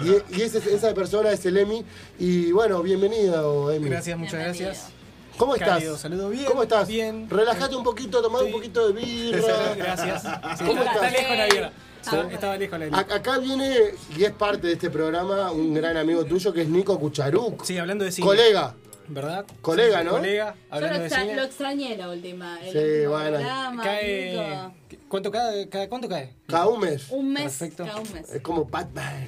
Y, y ese- esa persona es el Emi. Y bueno, bienvenido, Emi. Gracias, muchas Bienvenido. gracias. ¿Cómo estás? Cálido, saludo bien, ¿Cómo estás? bien. Relájate un poquito, tomá un Sí. poquito de birra. Gracias. Sí, ¿Cómo está, estás? está lejos la vida. Sí. Está- Estaba lejos la A- vida. acá viene, y es parte de este programa, un gran amigo tuyo que es Nico Cucharuc. Sí, hablando de cine. Colega. ¿Verdad? Colega, Sí, ¿no? Yo Colega, lo, hablando de extra- lo cine. extrañé la última. El Sí, último bueno. programa, Cae. Nico. ¿Cuánto cae? Cada- ¿Cuánto cae? Cada un mes. Un mes. Perfecto. cada un mes. Es como Batman.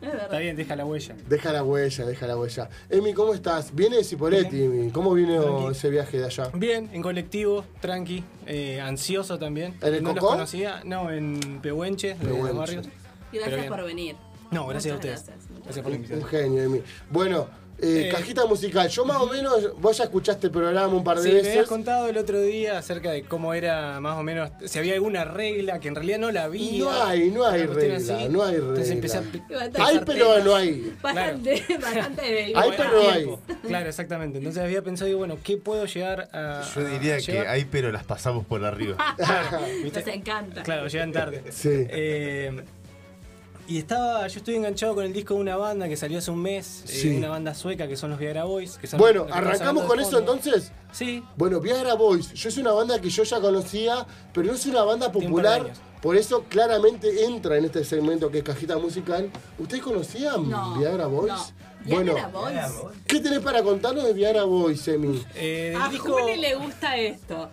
Está bien, deja la huella. Deja la huella, deja la huella. Emi, ¿cómo estás? Viene de Cipoletti, Emi. ¿Cómo vino Tranqui. ese viaje de allá? Bien, en colectivo, tranqui, eh, ansioso también. ¿En el no los Cocó? conocía, no, en Pehuenche, de Pehuenche. los barrios. Gracias bien. por venir. No, gracias Muchas a ustedes. gracias, Gracias, muchas por la Un invitación. genio, Emi. Bueno, eh, Eh, cajita musical. Yo más o menos, vos ya escuchaste el programa un par de Sí, me habías veces. contado el otro día acerca de cómo era más o menos, si había alguna regla, que en realidad no la había. No hay, no hay Una cuestión regla, no hay Entonces regla. empecé a pe- Igual te- Hay, pensar pero temas. no hay. Bastante, bastante de Hay, Bueno, pero no hay. tiempo. Claro, exactamente. Entonces había pensado, digo, bueno, ¿qué puedo llegar a Yo diría a que llevar? hay, pero las pasamos por arriba. ¿Viste? Nos encanta. Claro, llegan tarde. Sí. Eh, Y estaba, yo estoy enganchado con el disco de una banda que salió hace un mes, eh, Sí. una banda sueca que son los Viagra Boys. que son Bueno, los que están arrancamos sonando con de eso fondo. entonces. Sí, Bueno, Viagra Boys, yo es una banda que yo ya conocía, pero no es una banda Tiene un par de popular, años. por eso claramente entra en este segmento que es cajita musical. ¿Ustedes conocían No, Viagra Boys? no. Bueno, Viagra Boys. ¿qué tenés para contarnos de Viagra Boys, Emi? eh, del A disco- Ah, Juli le gusta esto.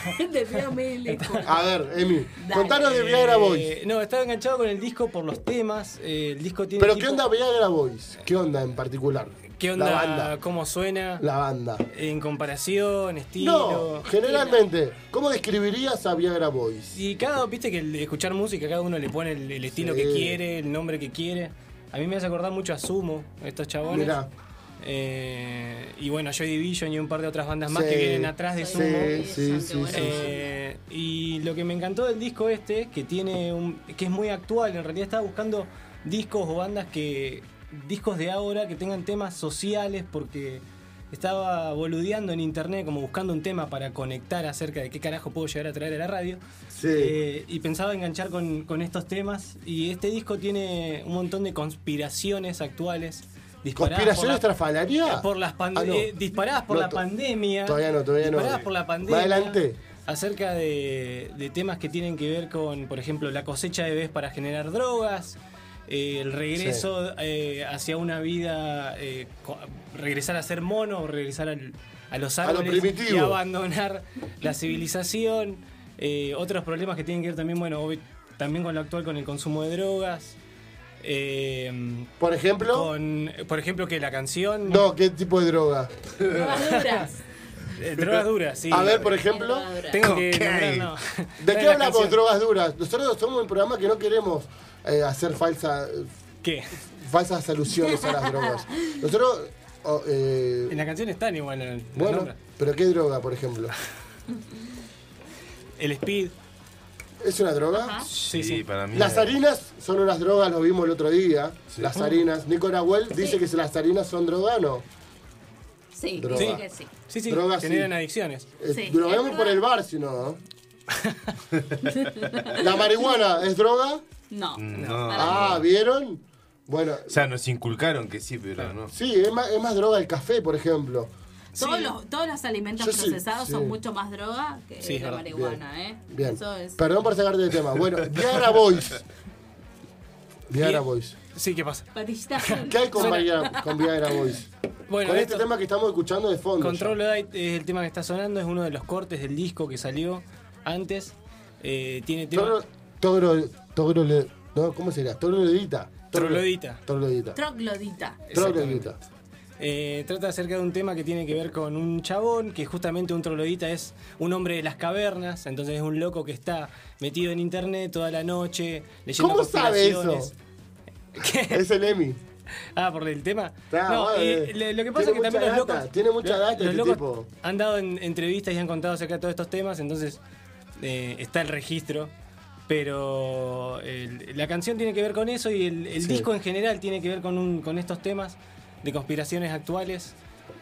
Te pido mil disculpas. A ver, Emi, Dale. contanos de eh, Viagra Boys. No, estaba enganchado con el disco por los temas. eh, el disco tiene. Pero ¿qué tipo- onda Viagra Boys? ¿Qué onda en particular? ¿Qué onda? La banda. ¿Cómo suena? La banda. En comparación, estilo. No, generalmente, ¿cómo describirías a Viagra Boys? Y cada, viste que el escuchar música, cada uno le pone el, el estilo Sí. que quiere, el nombre que quiere. A mí me hace acordar mucho a Sumo, estos chabones. Mirá. Eh, y bueno, Joy Division y un par de otras bandas más Sí. que vienen atrás de Sí, Sumo. sí, sí, sí, Eh, y lo que me encantó del disco este, que tiene un, que es muy actual, en realidad estaba buscando discos o bandas que discos de ahora que tengan temas sociales porque estaba boludeando en internet como buscando un tema para conectar acerca de qué carajo puedo llegar a traer a la radio Sí. Eh, y pensaba enganchar con, con estos temas y este disco tiene un montón de conspiraciones actuales disparadas por ¿Conspiración la- estrafalaria? por las pande- Ah, no. eh, disparadas por No, la to- pandemia. todavía no, todavía no. Disparadas por la pandemia. Va adelante. Acerca de, de temas que tienen que ver con, por ejemplo, la cosecha de bebés para generar drogas, eh, el regreso eh, hacia una vida, eh, co- regresar a ser mono, o regresar al- a los A lo árboles y primitivo. abandonar la civilización, eh, otros problemas que tienen que ver también, bueno, obvi- también con lo actual, con el consumo de drogas. eh, Por ejemplo. con, por ejemplo, que la canción. No, ¿qué tipo de droga? Drogas duras. Eh, drogas duras, sí. A ver, por ejemplo. Drogas duras. Tengo que. Cocaine. nombrar, no. ¿De Trae qué la hablamos? canción. Drogas duras. Nosotros somos un programa que no queremos eh, hacer falsa, ¿Qué? falsas alusiones a las drogas. Nosotros. oh, eh, En la canción están igual. en- los bueno, nombres. pero ¿qué droga, por ejemplo? El speed. ¿Es una droga? Sí, sí. para mí. Las es- harinas son unas drogas, lo vimos el otro día. Las harinas. Nico Nahuel dice que si las harinas son droga, no. Sí, Droga. sí que sí. Sí, sí. Drogas, sí. generan adicciones. Eh, Sí, droguemos es por droga. el bar, si no. ¿La marihuana es droga? No. No. Para mí. Ah, ¿vieron? Bueno, O sea, nos inculcaron que sí, pero no. sí, es más, es más droga el café, por ejemplo. Todos, los, todos los alimentos Yo sí, procesados sí. son mucho más droga que Sí, es la verdad. marihuana, ¿eh? Bien. Eso es. Perdón por sacarte de tema. Bueno, Viagra Boys. Viagra Bien. Boys. Sí, ¿qué pasa? Patillita. ¿Qué hay con, Viagra, con Viagra Boys? Bueno, con este esto- tema que estamos escuchando de fondo. Control ya. Light es el tema que está sonando, es uno de los cortes del disco que salió antes. Eh, tiene tema. Toro, togro, togro, le- no, ¿cómo sería? Troglodita. Togro- Troglodita. Troglodita. Troglodita. Troglodita. Eh, trata acerca de un tema que tiene que ver con un chabón, que justamente un troglodita es un hombre de las cavernas, entonces es un loco que está metido en internet toda la noche, leyendo ¿Cómo sabe eso? conspiraciones. ¿Qué? Es el Emi. Ah, por el tema. Está, no, bueno, y eh, le- lo que pasa es tiene que también mucha los data, locos. tiene mucha data los este locos tipo. Han dado en entrevistas y han contado acerca de todos estos temas, entonces eh, está el registro. Pero el- la canción tiene que ver con eso y el, el Sí. disco en general tiene que ver con, un- con estos temas de conspiraciones actuales.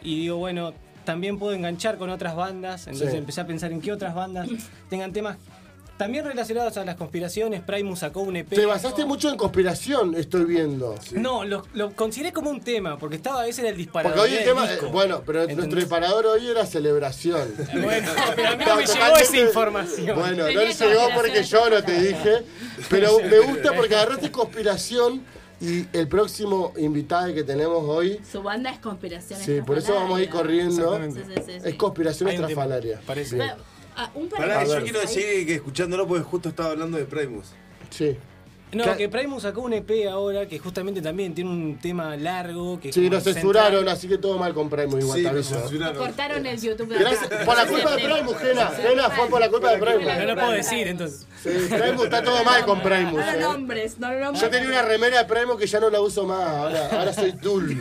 Y digo, bueno, también puedo enganchar con otras bandas. Entonces Sí. empecé a pensar en qué otras bandas tengan temas también relacionados a las conspiraciones. Primus sacó un E EP. Te basaste mucho en conspiración, estoy viendo. No, lo, lo consideré como un tema, porque estaba ese era el disparador. Porque hoy el era tema. disco. eh, bueno, pero nuestro ¿Entendés? disparador hoy era celebración. Bueno, pero a mí no Estaba me llegó totalmente- esa información. Bueno, no Tenía le llegó porque yo no te dije. Pero me gusta porque agarraste conspiración y el próximo invitado que tenemos hoy. Su banda es conspiración. Sí, por eso vamos a ir corriendo. Sí, sí, sí, sí. Es conspiración Hay un tema, estrafalaria. parece. Bien, Ah, un Pará, paréntesis yo ver. quiero ahí. decir que escuchándolo porque justo estaba hablando de Primus. Sí. No, que Primus sacó un EP ahora que justamente también tiene un tema largo. Que es Sí, como nos central. censuraron, así que todo mal con Primo igual te me aviso. censuraron. Cortaron el YouTube. de Gracias. acá. Por la culpa de Primus, Gena. Gena fue por la culpa de Primus. No lo puedo decir, entonces. Sí, Primus está todo mal con Primus. No eh. lo nombres, no lo nombres. Yo tenía una remera de Primus que ya no la uso más. Ahora, ahora soy Tool.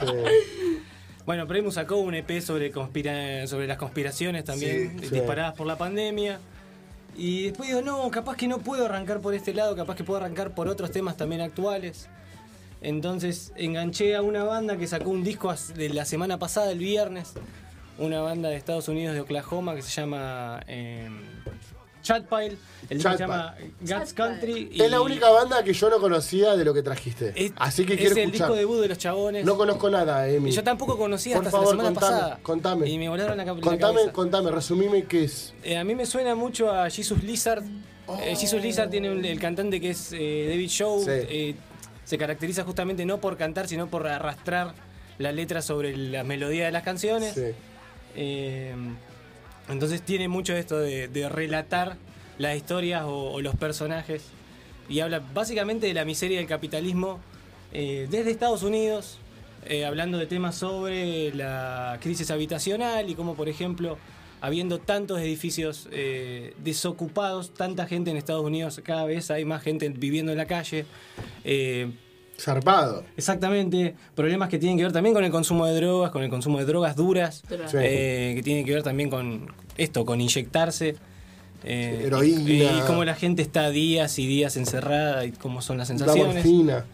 Sí. Bueno, Primus sacó un EP sobre, conspira sobre las conspiraciones también, Sí, eh, sí. disparadas por la pandemia. Y después digo, no, capaz que no puedo arrancar por este lado, capaz que puedo arrancar por otros temas también actuales. Entonces enganché a una banda que sacó un disco as- de la semana pasada, el viernes, una banda de Estados Unidos de Oklahoma que se llama eh, Chatpile, el Chatpile. disco se llama Guts Chatpile. Country. y Es la única banda que yo no conocía de lo que trajiste. es- Así que quiero Es el escuchar. disco debut de los chabones. No conozco nada, Emi. Y yo tampoco conocía Por hasta favor, la semana contame, pasada. contame. Y me volaron la, cap- la Contame, cabeza. contame, resumime qué es. Eh, a mí me suena mucho a Jesus Lizard. Eh, Jesus Lizard tiene un- el cantante que es eh, David Shaw. Oh. Sí. Eh, se caracteriza justamente no por cantar, sino por arrastrar la letra sobre la melodía de las canciones. Sí. Eh, entonces tiene mucho esto de, de relatar las historias o, o los personajes. Y habla básicamente de la miseria del capitalismo eh, desde Estados Unidos, eh, hablando de temas sobre la crisis habitacional y cómo, por ejemplo, habiendo tantos edificios eh, desocupados, tanta gente en Estados Unidos, cada vez hay más gente viviendo en la calle. Eh, Zarpado. Exactamente, problemas que tienen que ver también con el consumo de drogas, con el consumo de drogas duras, Drogas. Sí. eh, que tienen que ver también con esto, con inyectarse. eh, Sí, heroína. Y, y cómo la gente está días y días encerrada y cómo son las La sensaciones. morfina.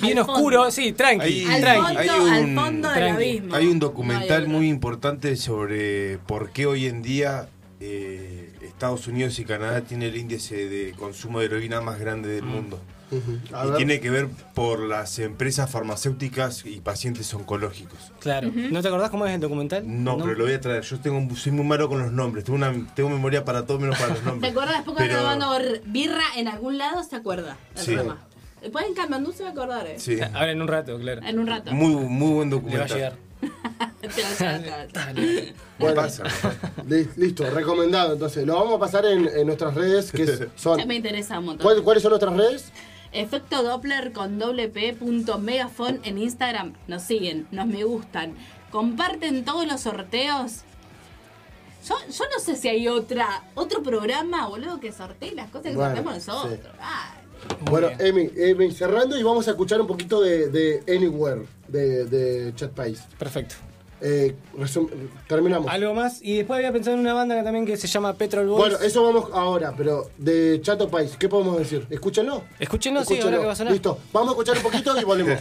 Bien Al fondo. oscuro, sí, tranqui, Ahí- Al tranqui. fondo, hay al un- fondo del tranqui. abismo. Hay un No documental hay muy otro. importante sobre por qué hoy en día eh, Estados Unidos y Canadá tiene el índice de consumo de heroína más grande del mundo. Ujú. A Y ver. tiene que ver por las empresas farmacéuticas y pacientes oncológicos. Claro. ¿No te acordás cómo es el documental? No, pero lo voy a traer. Yo tengo, un- soy muy malo con los nombres. Tengo, una, tengo memoria para todo menos para los ¿Te nombres. acuerdas después cuando Pero- tomando r- birra en algún lado? ¿Se acuerda? El Sí. programa. Después en Camandú se va a acordar, ¿eh? Sí. Ahora en un rato, claro. En un rato. Muy, muy buen Le va a llegar. documental. Te vas a acordar. ¿Qué pasa? Li- Listo, recomendado. Entonces, lo vamos a pasar en, en nuestras redes, que es- son. Ya me interesa un montón. ¿Cuál- ¿Cuáles son nuestras redes? Efecto Doppler con doble P punto megafon en Instagram. Nos siguen, nos me gustan. Comparten todos los sorteos. Yo, yo no sé si hay otra otro programa, boludo, que sortee las cosas que Bueno, sorteamos nosotros. Dale. Bueno, bien. Emi, Emi, cerrando y vamos a escuchar un poquito de, de Anywhere, de, de Chat País. Perfecto. Eh, resum- terminamos. Algo más. Y después había pensado en una banda que también que se llama Petrol Boys. Bueno, eso vamos ahora, pero de Chato País, ¿qué podemos decir? Escúchenlo. Escúchenlo, sí, ahora que va a sonar. Listo, vamos a escuchar un poquito y volvemos.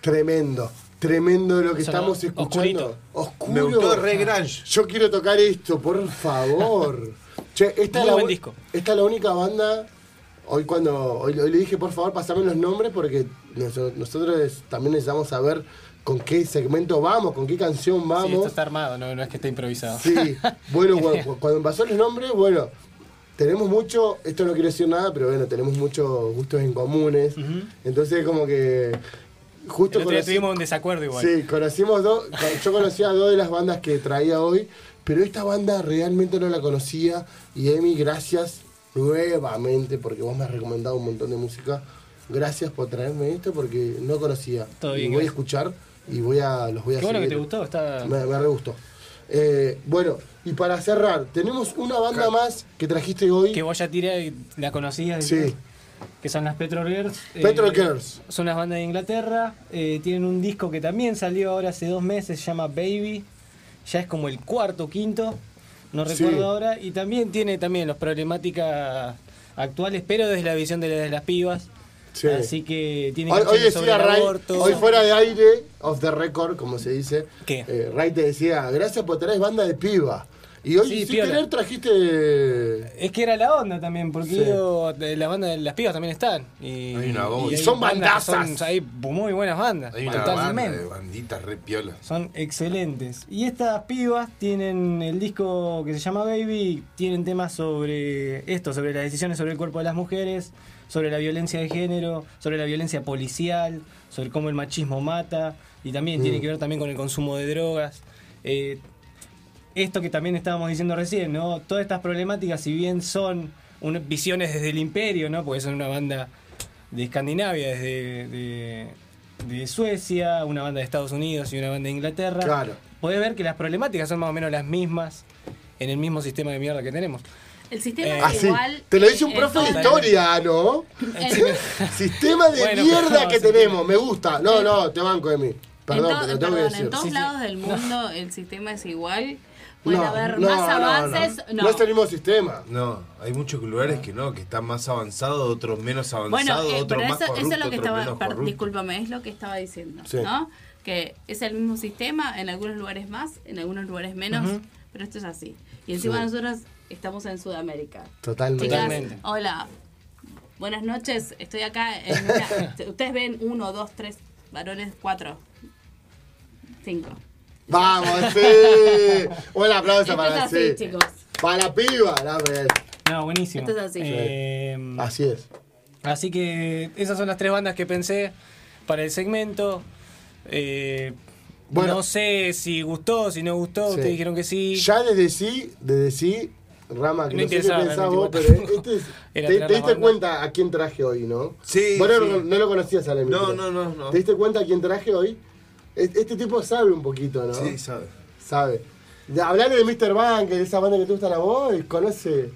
tremendo, tremendo lo que Sonó estamos escuchando. Oscuro. Me gustó Re Grange. Yo quiero tocar esto, por favor. Che, esta Muy es la, buen u- disco. Esta es la única banda. Hoy cuando hoy, hoy le dije, por favor, pasame los nombres porque noso- nosotros es- también necesitamos saber con qué segmento vamos, con qué canción Sí, esto vamos. está armado, no, no es que esté improvisado. Sí, bueno, bueno, cu- cuando pasó los nombres, bueno, tenemos mucho, esto no quiero decir nada, pero bueno, tenemos muchos gustos en comunes. Entonces como que justo El otro día conocí- tuvimos un desacuerdo igual. Sí, conocimos dos. Yo conocía a dos de las bandas que traía hoy, pero esta banda realmente no la conocía. Y Emi, gracias nuevamente, porque vos me has recomendado un montón de música. Gracias por traerme esto, porque no conocía. Todo Y bien, voy a gracias. escuchar y voy a los voy a Qué bueno que seguir. te gustó, está. Me, me re gustó. Eh, bueno, y para cerrar, tenemos una banda más que trajiste hoy. Que vos ya tiré y la conocías. Sí. Que son las Petrol Girls. eh, Petrol Girls. Son las bandas de Inglaterra. eh, tienen un disco que también salió ahora hace dos meses, se llama Baby. Ya es como el cuarto, quinto. No Sí. recuerdo ahora. Y también tiene también las problemáticas actuales, pero desde la visión de, la- de las pibas. Sí. Así que tiene Hoy, hoy canciones sobre decía el Ray, aborto. hoy fuera de aire, off the record, como se dice. ¿Qué? eh, Ray te decía, gracias por traer banda de piba. Y hoy, Sí, sin piola. querer, Eh, trajiste. Es que era la onda también, porque Sí. digo, de la banda de las pibas también están. Y, Hay una bomba. Y son bandas que bandazas. Son, hay muy buenas bandas. Hay una banda totalmente. de banditas re piolas. Son excelentes. Y estas pibas tienen el disco que se llama Baby, tienen temas sobre esto, sobre las decisiones sobre el cuerpo de las mujeres, sobre la violencia de género, sobre la violencia policial, sobre cómo el machismo mata, y también Mm. tiene que ver también con el consumo de drogas. Eh, esto que también estábamos diciendo recién, ¿no? Todas estas problemáticas, si bien son un- visiones desde el imperio, ¿no? Porque son una banda de Escandinavia, desde de, de Suecia, una banda de Estados Unidos y una banda de Inglaterra. Claro. Podés ver que las problemáticas son más o menos las mismas en el mismo sistema de mierda que tenemos. El sistema Eh, es Así. igual. Ah, eh, Te lo dice un profe de en todo- historia, ¿no? en- Sistema de Bueno, mierda pero- que tenemos, me gusta. No, no, te banco de mí. en Perdón, to- pero tengo que Eh, perdón, decir. en todos Sí, sí. lados del mundo el sistema es igual, Bueno, No, a ver, no, más no, no. avances. No. No es el mismo sistema. No, hay muchos lugares que no, que están más avanzados, otros menos Bueno, avanzados, eh, otros pero más eso, eso corruptos, es lo que otros menos estaba, per- corruptos. discúlpame, es lo que estaba diciendo, Sí. ¿no? Que es el mismo sistema, en algunos lugares más, en algunos lugares menos, pero esto es así. Y encima Sí. nosotros estamos en Sudamérica. Totalmente. Chicas, Totalmente. hola, buenas noches, estoy acá en una- Ustedes ven uno, dos, tres, varones, cuatro, cinco. Vamos, sí. Un aplauso Esto es para así, sí. chicos. Para la piba. la verdad. No, buenísimo. Esto es así. Eh, Así es. Así que esas son las tres bandas que pensé para el segmento. Eh, Bueno. no sé si gustó, si no gustó, Sí. ustedes dijeron que sí. Ya desde sí, desde sí, Rama, que No no, sé qué interesaba, pensás no vos, pero interesaba. este es- Era te, tirar te la diste banda. cuenta a quién traje hoy, ¿no? Sí, Vos no, sí. no- no lo conocías a la No, no, no, no. ¿Te diste cuenta a quién traje hoy? E- Este tipo sabe un poquito, ¿no? Sí, sabe. Sabe. De- Hablale de Mr. Bank, de esa banda que te gustan a vos, y conoce.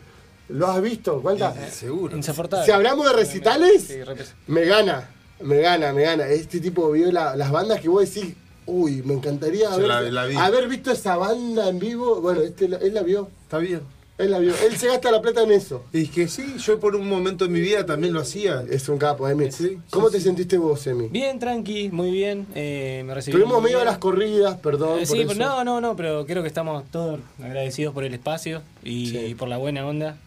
¿Lo has visto? ¿Cuántas? Seguro. Insoportable. Si hablamos de recitales, Sí, repes- me gana, me gana, me gana. Este tipo vio la- las bandas que vos decís, uy, me encantaría Yo haber, la- la vi. haber visto esa banda en vivo. Bueno, este, la- él la vio, Está bien. él la vio. Él se gasta la plata en eso. Y es que sí, yo por un momento en mi vida también lo hacía. Es un capo, Emi. Sí, sí, ¿Cómo sí. te sentiste vos, Emi? Bien, tranqui, muy bien. eh, me recibieron Tuvimos muy medio a bien. las corridas, perdón. Eh, por sí, eso. pero no, no, no, pero creo que estamos todos agradecidos por el espacio y, Sí. por la buena onda.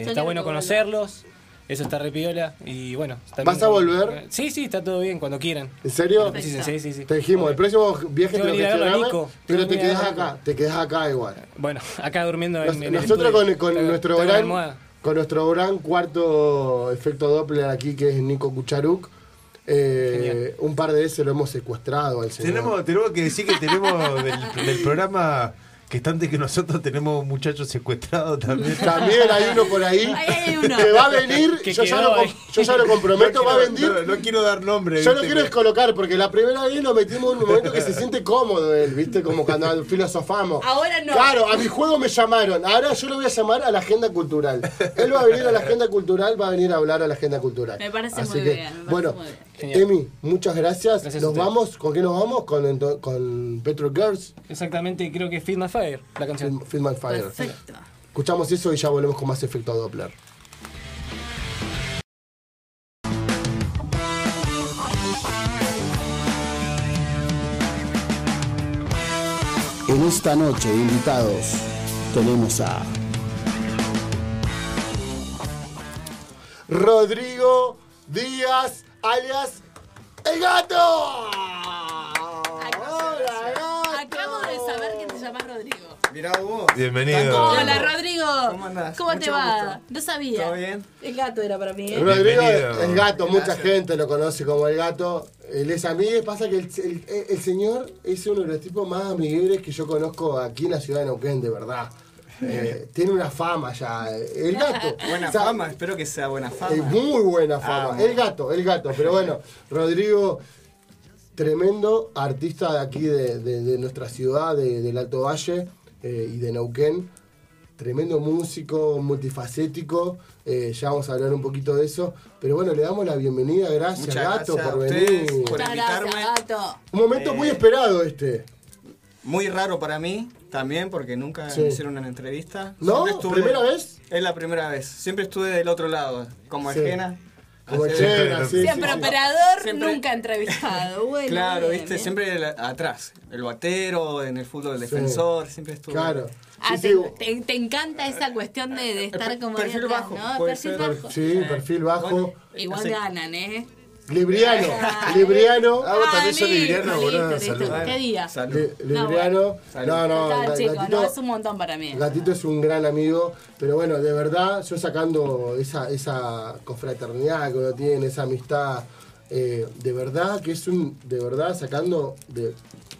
Yo está quiero bueno que vuelva. conocerlos, eso está re piola y bueno. también ¿Vas a con- volver? Sí, sí, está todo bien, cuando quieran. ¿En serio? Perfecto. Sí, sí, sí, sí. Te dijimos, el próximo viaje Yo te lo voy a ir a ver a gestionamos, Nico. pero Yo te voy a ir a quedás ver a Nico. acá, te quedás acá igual. Bueno, acá durmiendo en, Nos- en el nosotros con, estudio. con Está- nuestro está con gran, almohada. con nuestro gran cuarto efecto Doppler aquí, que es Nico Kucharuk, eh, un par de veces lo hemos secuestrado al señor. Tenemos, tenemos que decir que tenemos del, del programa que está antes que nosotros tenemos muchachos secuestrados también. También hay uno por ahí Ahí hay uno. que va a venir. Que yo, ya quedó lo, com- ahí. yo ya lo comprometo, va a venir. No, no quiero dar nombre. yo lo ¿viste? quiero descolocar porque la primera vez lo metimos en un momento que se siente cómodo él, ¿viste? Como cuando filosofamos. Ahora no. Claro, a mi juego me llamaron. Ahora yo lo voy a llamar a la agenda cultural. Él va a venir a la agenda cultural, va a venir a hablar a la agenda cultural. Me parece muy bien, me parece bueno, muy bien. Genial. Emi, muchas gracias. Gracias a nos ustedes. vamos, ¿con qué nos vamos? Con, ento- con Petro Girls, Exactamente, creo que es Feed My Fire, la canción. Film, Film and Fire. Perfecto. Escuchamos eso y ya volvemos con más efecto Doppler. En esta noche de invitados tenemos a Rodrigo Díaz, alias El Gato. Hola, Gato. Acabo de saber que te llamas Rodrigo. Mirá vos. Bienvenido. Hola, Rodrigo. ¿Cómo andás? ¿Cómo te Mucho va? gusto. No sabía. ¿Todo bien? El gato era para mí. ¿eh? Rodrigo Bienvenido. El Gato, mucha gente lo conoce como El Gato. Él es amigo, pasa que el, el- el señor es uno de los tipos más amigueros que yo conozco aquí en la ciudad de Neuquén, de verdad. Eh, tiene una fama ya, eh, El Gato. Buena O sea, fama, espero que sea buena fama. Es muy buena fama. Ah, el gato, el gato. Pero bueno, Rodrigo, tremendo artista de aquí, de, de- de nuestra ciudad, de- del Alto Valle eh, y de Neuquén. Tremendo músico, multifacético. eh, ya vamos a hablar un poquito de eso. Pero bueno, le damos la bienvenida. Gracias, Muchas gato, gracias a por ustedes venir. por Muchas invitarme. gracias, gato. Un momento muy Eh, esperado este. Muy raro para mí también, porque nunca Sí. me hicieron una entrevista. ¿No? Siempre ¿Primera vez? Es la primera vez. Siempre estuve del otro lado, como Sí. ajena. Como Hacer- Chena, sí, sí, Siempre sí. operador, Siempre- nunca entrevistado. Bueno, Claro, bien, viste, bien. siempre el- atrás. El batero, en el fútbol, el Sí. defensor, siempre estuve. Claro. Ah, Sí, te, sí, te- te encanta esa cuestión de, de estar como. ahí perfil atrás, bajo, ¿no? puede Perfil ser. bajo. sí, perfil bajo. Bueno, Igual así- ganan, ¿eh? Libriano, Libriano. Ah, vos también Ah, sos libriano, listo, boludo, listo, listo. salud. ¿Qué día? Ah, Salud. Li- No, Libriano. bueno. No, no, Total, ga- chico, gatito- no, es un montón para mí. Gatito es un gran amigo, pero bueno, de verdad, yo sacando esa, esa confraternidad que uno tiene, esa amistad, eh, de verdad que es un, de verdad, sacando, de,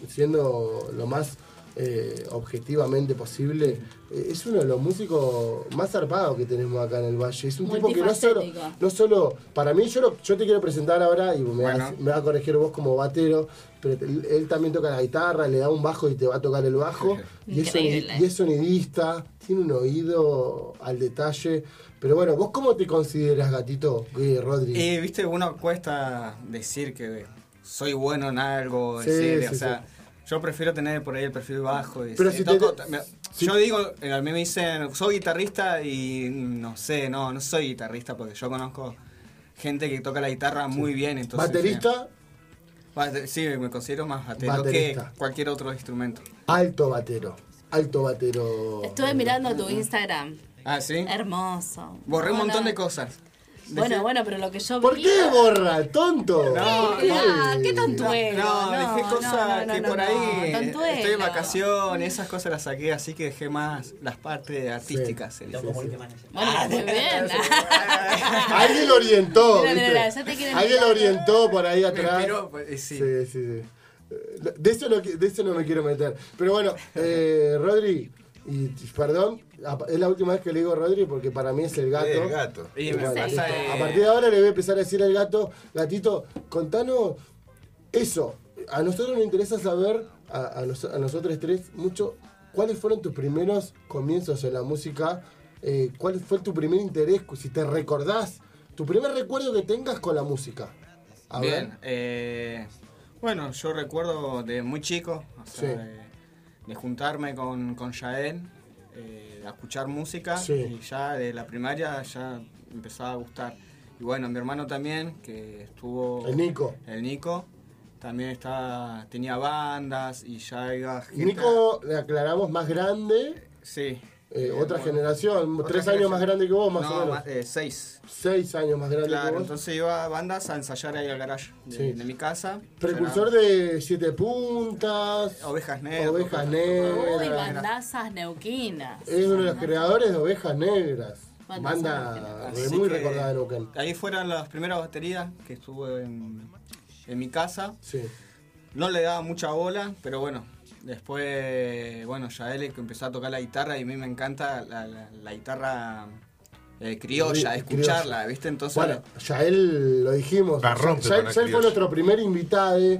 siendo lo más eh, objetivamente posible, eh, es uno de los músicos más zarpados que tenemos acá en el Valle. Es un tipo que no solo, Multifacético. no solo, para mí, yo, lo- yo te quiero presentar ahora y me, Bueno. vas, me vas a corregir vos como batero, pero él, él también toca la guitarra, le da un bajo y te va a tocar el bajo. Y es, Increíble. soni- y es sonidista, tiene un oído al detalle. Pero bueno, ¿vos cómo te consideras, gatito, eh, Rodri? Y viste, uno cuesta decir que soy bueno en algo, Sí, decir, sí, o sea, Yo prefiero tener por ahí el perfil bajo. Y Pero sí, si te- toco- me- Yo digo, eh, a mí me dicen, soy guitarrista y no sé, no, no soy guitarrista porque yo conozco gente que toca la guitarra muy bien. Entonces, Baterista, eh, bate- sí, me considero más batero Baterista. que cualquier otro instrumento. alto batero. Alto batero. Estuve mirando tu Instagram. Ah, ¿sí? Hermoso. Borré un Bueno, montón de cosas. Bueno, bueno, pero lo que yo vi. ¿Por qué borra, tonto? No, Ah, ¿Qué tontuelo? No, dejé cosas no, no, que no, por no, ahí eh, tontuelo. estoy de vacaciones, esas cosas las saqué, así que dejé más las partes artísticas. Bueno, Ah, muy bien. Alguien lo orientó. Mira, mira, ¿viste? mira, ya te quieren Alguien lo mirar. orientó por ahí Me atrás. inspiró, pues, eh, sí. Sí, sí, sí. Eh, De eso, no, qui- de eso no me quiero meter. Pero bueno, eh, Rodri, y perdón, a- es la última vez que le digo Rodri porque para mí es el gato. El gato. Y me Bueno, listo. pasa de- A partir de ahora le voy a empezar a decir al gato, gatito, contanos eso. A nosotros nos interesa saber, a, a nos- a nosotros tres, mucho, cuáles fueron tus primeros comienzos en la música, eh, cuál fue tu primer interés, si te recordás, tu primer recuerdo que tengas con la música. A Bien, ver. eh, bueno, yo recuerdo de muy chico, o sea, Sí. de, de juntarme con, con Yael, eh, a escuchar música Sí. y ya de la primaria ya empezaba a gustar. Y bueno, mi hermano también, que estuvo... El Nico. El Nico, también estaba, tenía bandas y ya iba gente- Nico, le aclaramos, más grande, Sí. eh, Eh, otra bueno, generación, otra tres años generación. más grande que vos, más no, o menos. más- eh, seis. Seis años más grande que Claro, vos. entonces iba a bandas a ensayar ahí al garage de, Sí. de mi casa. Precursor de Siete Puntas. Ovejas Negras. Ovejas Uy, Negras. bandazas neuquinas. Es uno de los creadores de Ovejas Negras. Bandas Banda Así muy que recordada de Neuquén. Ahí fueron las primeras baterías que estuve en, en mi casa. Sí. No le daba mucha bola, pero bueno. Después, bueno, ya él empezó a tocar la guitarra y a mí me encanta la, la- la guitarra eh, criolla, Sí, escucharla, criolla. ¿viste? Entonces, Bueno, ya él lo dijimos. La rompe Ya- ya con él la fue criolla. nuestro primer invitado de.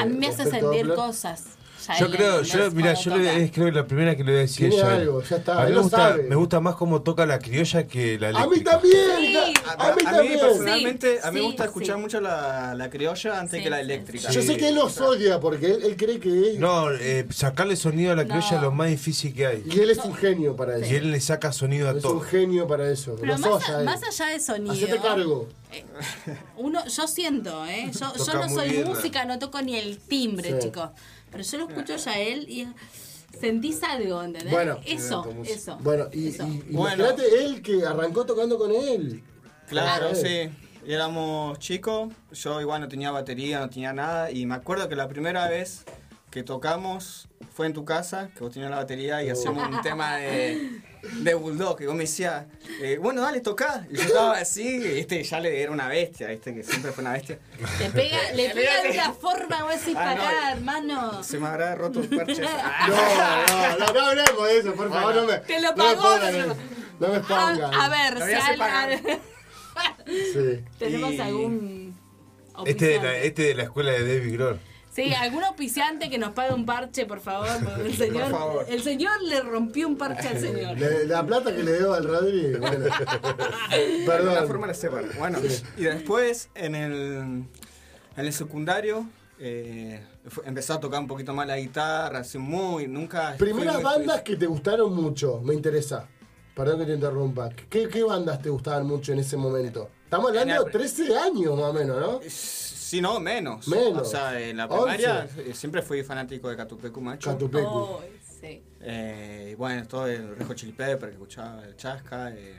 A mí me hace respecto a sentir Doppler. cosas. Ya Yo él, creo, ¿entendés? yo, mira, yo Cuando le- toca. es creo que la primera que le voy a decir Tiene es Yael. algo, ya está, A mí él me lo gusta, sabe. me gusta más cómo toca la criolla que la A eléctrica. mí también. ja- A, A mí a mí también. personalmente, a mí Sí, me gusta sí, escuchar sí. mucho la, la criolla antes Sí, que la sí, eléctrica. Yo sé que él los odia porque él, él cree que es. No, eh, sacarle sonido a la criolla es lo más difícil que hay. Y él es un genio para eso. Y él le saca sonido a Es un todo. genio para eso. Pero los más, odia a- él. más allá de sonido. Hacete cargo. Uno, yo siento, ¿eh? Yo, yo Toca no muy soy bien, música, no toco ni el timbre, Sí. chicos. Pero yo lo escucho ya a él y sentís algo, ¿entendés? Bueno. ¿Eh? eso, eso. Bueno, y, eso. y- y Bueno. imagínate él que arrancó tocando con él. Claro, Ah, sí. Y éramos chicos, yo igual no tenía batería, no tenía nada. Y me acuerdo que la primera vez que tocamos fue en tu casa, que vos tenías la batería y Oh. hacíamos un tema de, de bulldog. Y vos me decías, eh, bueno, dale, tocá. Y yo estaba así, y este ya le era una bestia, este que siempre fue una bestia. Te pega, le pega de una forma, vos decís, Ah, no. pará, hermano. Se me habrá roto el parche. No, no, no, no hablemos de eso, por favor, no me. Te lo no me pagó, pongan te lo- en- No me pongan. Ah, A, a ver, Lo si voy a hacer al- pagar. al- Sí. ¿Tenemos Y- algún. Este de, la, auspiciante? este de la escuela de David Grohl. Sí, algún auspiciante que nos pague un parche, por favor. porque El señor, favor. El señor le rompió un parche al señor. Le- la plata que le debo al Rodri, bueno. De alguna forma Perdón. la sepan. Bueno, y después en el, en el secundario eh, fu- empezó a tocar un poquito más la guitarra, así muy, nunca... fui Primeras muy- bandas que te gustaron mucho, me interesa. Perdón que te interrumpa. ¿Qué, qué bandas te gustaban mucho en ese momento? Estamos hablando de 13 años más o menos, ¿no? Eh, Sí, no, menos. Menos. O sea, en la Once. primaria eh, siempre fui fanático de Catupecu Macho. Catupecu. Oh, sí. Eh, y bueno, todo el Rejo Chili Pepper que escuchaba, el Chasca, eh,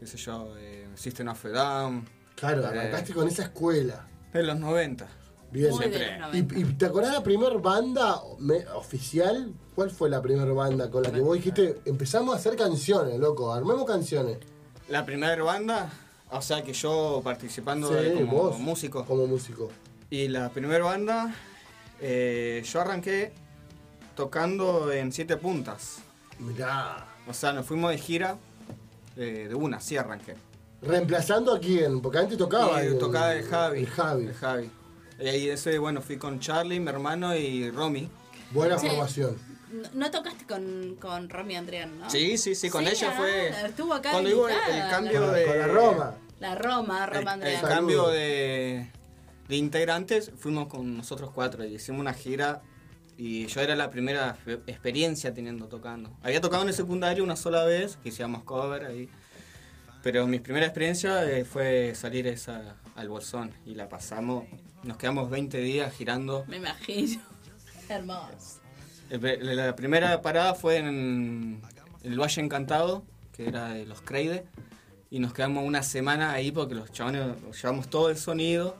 qué sé yo, eh, System of a Down, Claro, Eh. arrancaste con esa escuela. de los 90. Bien. Muy Siempre. bien. ¿Y, y te acordás la primer banda me- oficial? ¿Cuál fue la primer banda con la que vos dijiste, empezamos a hacer canciones, loco, armemos canciones? La primera banda, o sea, que yo participando Sí, de- como vos, músico. Como músico. Y la primera banda, eh, yo arranqué tocando en Siete Puntas. Mirá. O sea, nos fuimos de gira eh, de una, sí arranqué. ¿Reemplazando a quién? Porque antes tocaba. Y alguien. tocaba el Javi. El Javi. El Javi. Y ahí ese, bueno, fui con Charlie, mi hermano y Romy. Buena Sí. formación. No, no tocaste con, con Romy Andrián, ¿no? Sí, sí, sí, con ella ah, fue. Estuvo acá. cuando digo eh, el, el invitada, cambio la, Con, de. con la Roma. la Roma, El, Roma el Andrián. cambio de, de integrantes, fuimos con nosotros cuatro y hicimos una gira Y yo era la primera fe- experiencia teniendo tocando. Había tocado en el secundario una sola vez, que hacíamos cover ahí. Pero mi primera experiencia eh, fue salir esa, al bolsón y la pasamos. Nos quedamos 20 días girando. Me imagino. Hermoso. El pre- Eh, La primera parada fue en el Valle Encantado, que era de los Creide, y nos quedamos una semana ahí porque los chavales llevamos todo el sonido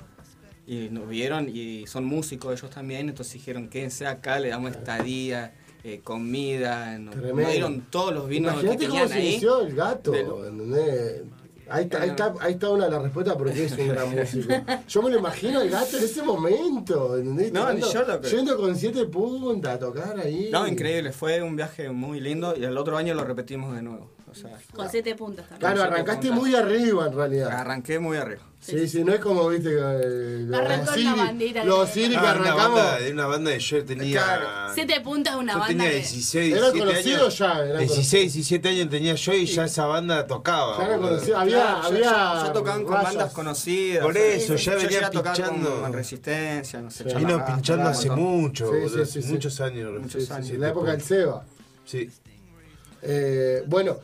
y nos vieron y son músicos ellos también, entonces dijeron quédense acá, le damos estadía, eh, comida, nos, nos Tremendo. dieron todos los vinos que Imagínate cómo tenían se ahí. inició el gato. ¿eh? De- ¿entendés? Ahí está, ahí, está, ahí está una de las respuestas por qué es un gran músico. Yo me lo imagino al gato en ese momento. ¿entendés? No, ni Tocando- yo lo creo. Yendo con siete puntas a tocar ahí. No, increíble, fue un viaje muy lindo y el otro año lo repetimos de nuevo. O sea, Con siete puntas también. Claro, arrancaste muy arriba en realidad. arranqué muy arriba. Sí, sí, no es como viste que, eh, Arrancó los una bandita. Siri, los Siri que Ah, una arrancamos. banda, de una banda de yo tenía. Siete puntas de una yo banda tenía que- 16, ¿Era 17 conocido años. ya? Era 16, 17 años tenía yo y ya esa banda tocaba. Ya era boludo. conocido. Había, Claro, ya- había ya, ya tocaban con rayas. bandas conocidas. Por o sea, eso, ya yo venía llegué a tocar pinchando. Con, con Resistencia, no sé. Vino Chamarra, pinchando Chamarra, hace con- mucho, Sí, boludo, sí, sí, hace sí. muchos años. Muchos años. En la época del Seba. Sí. Eh, bueno,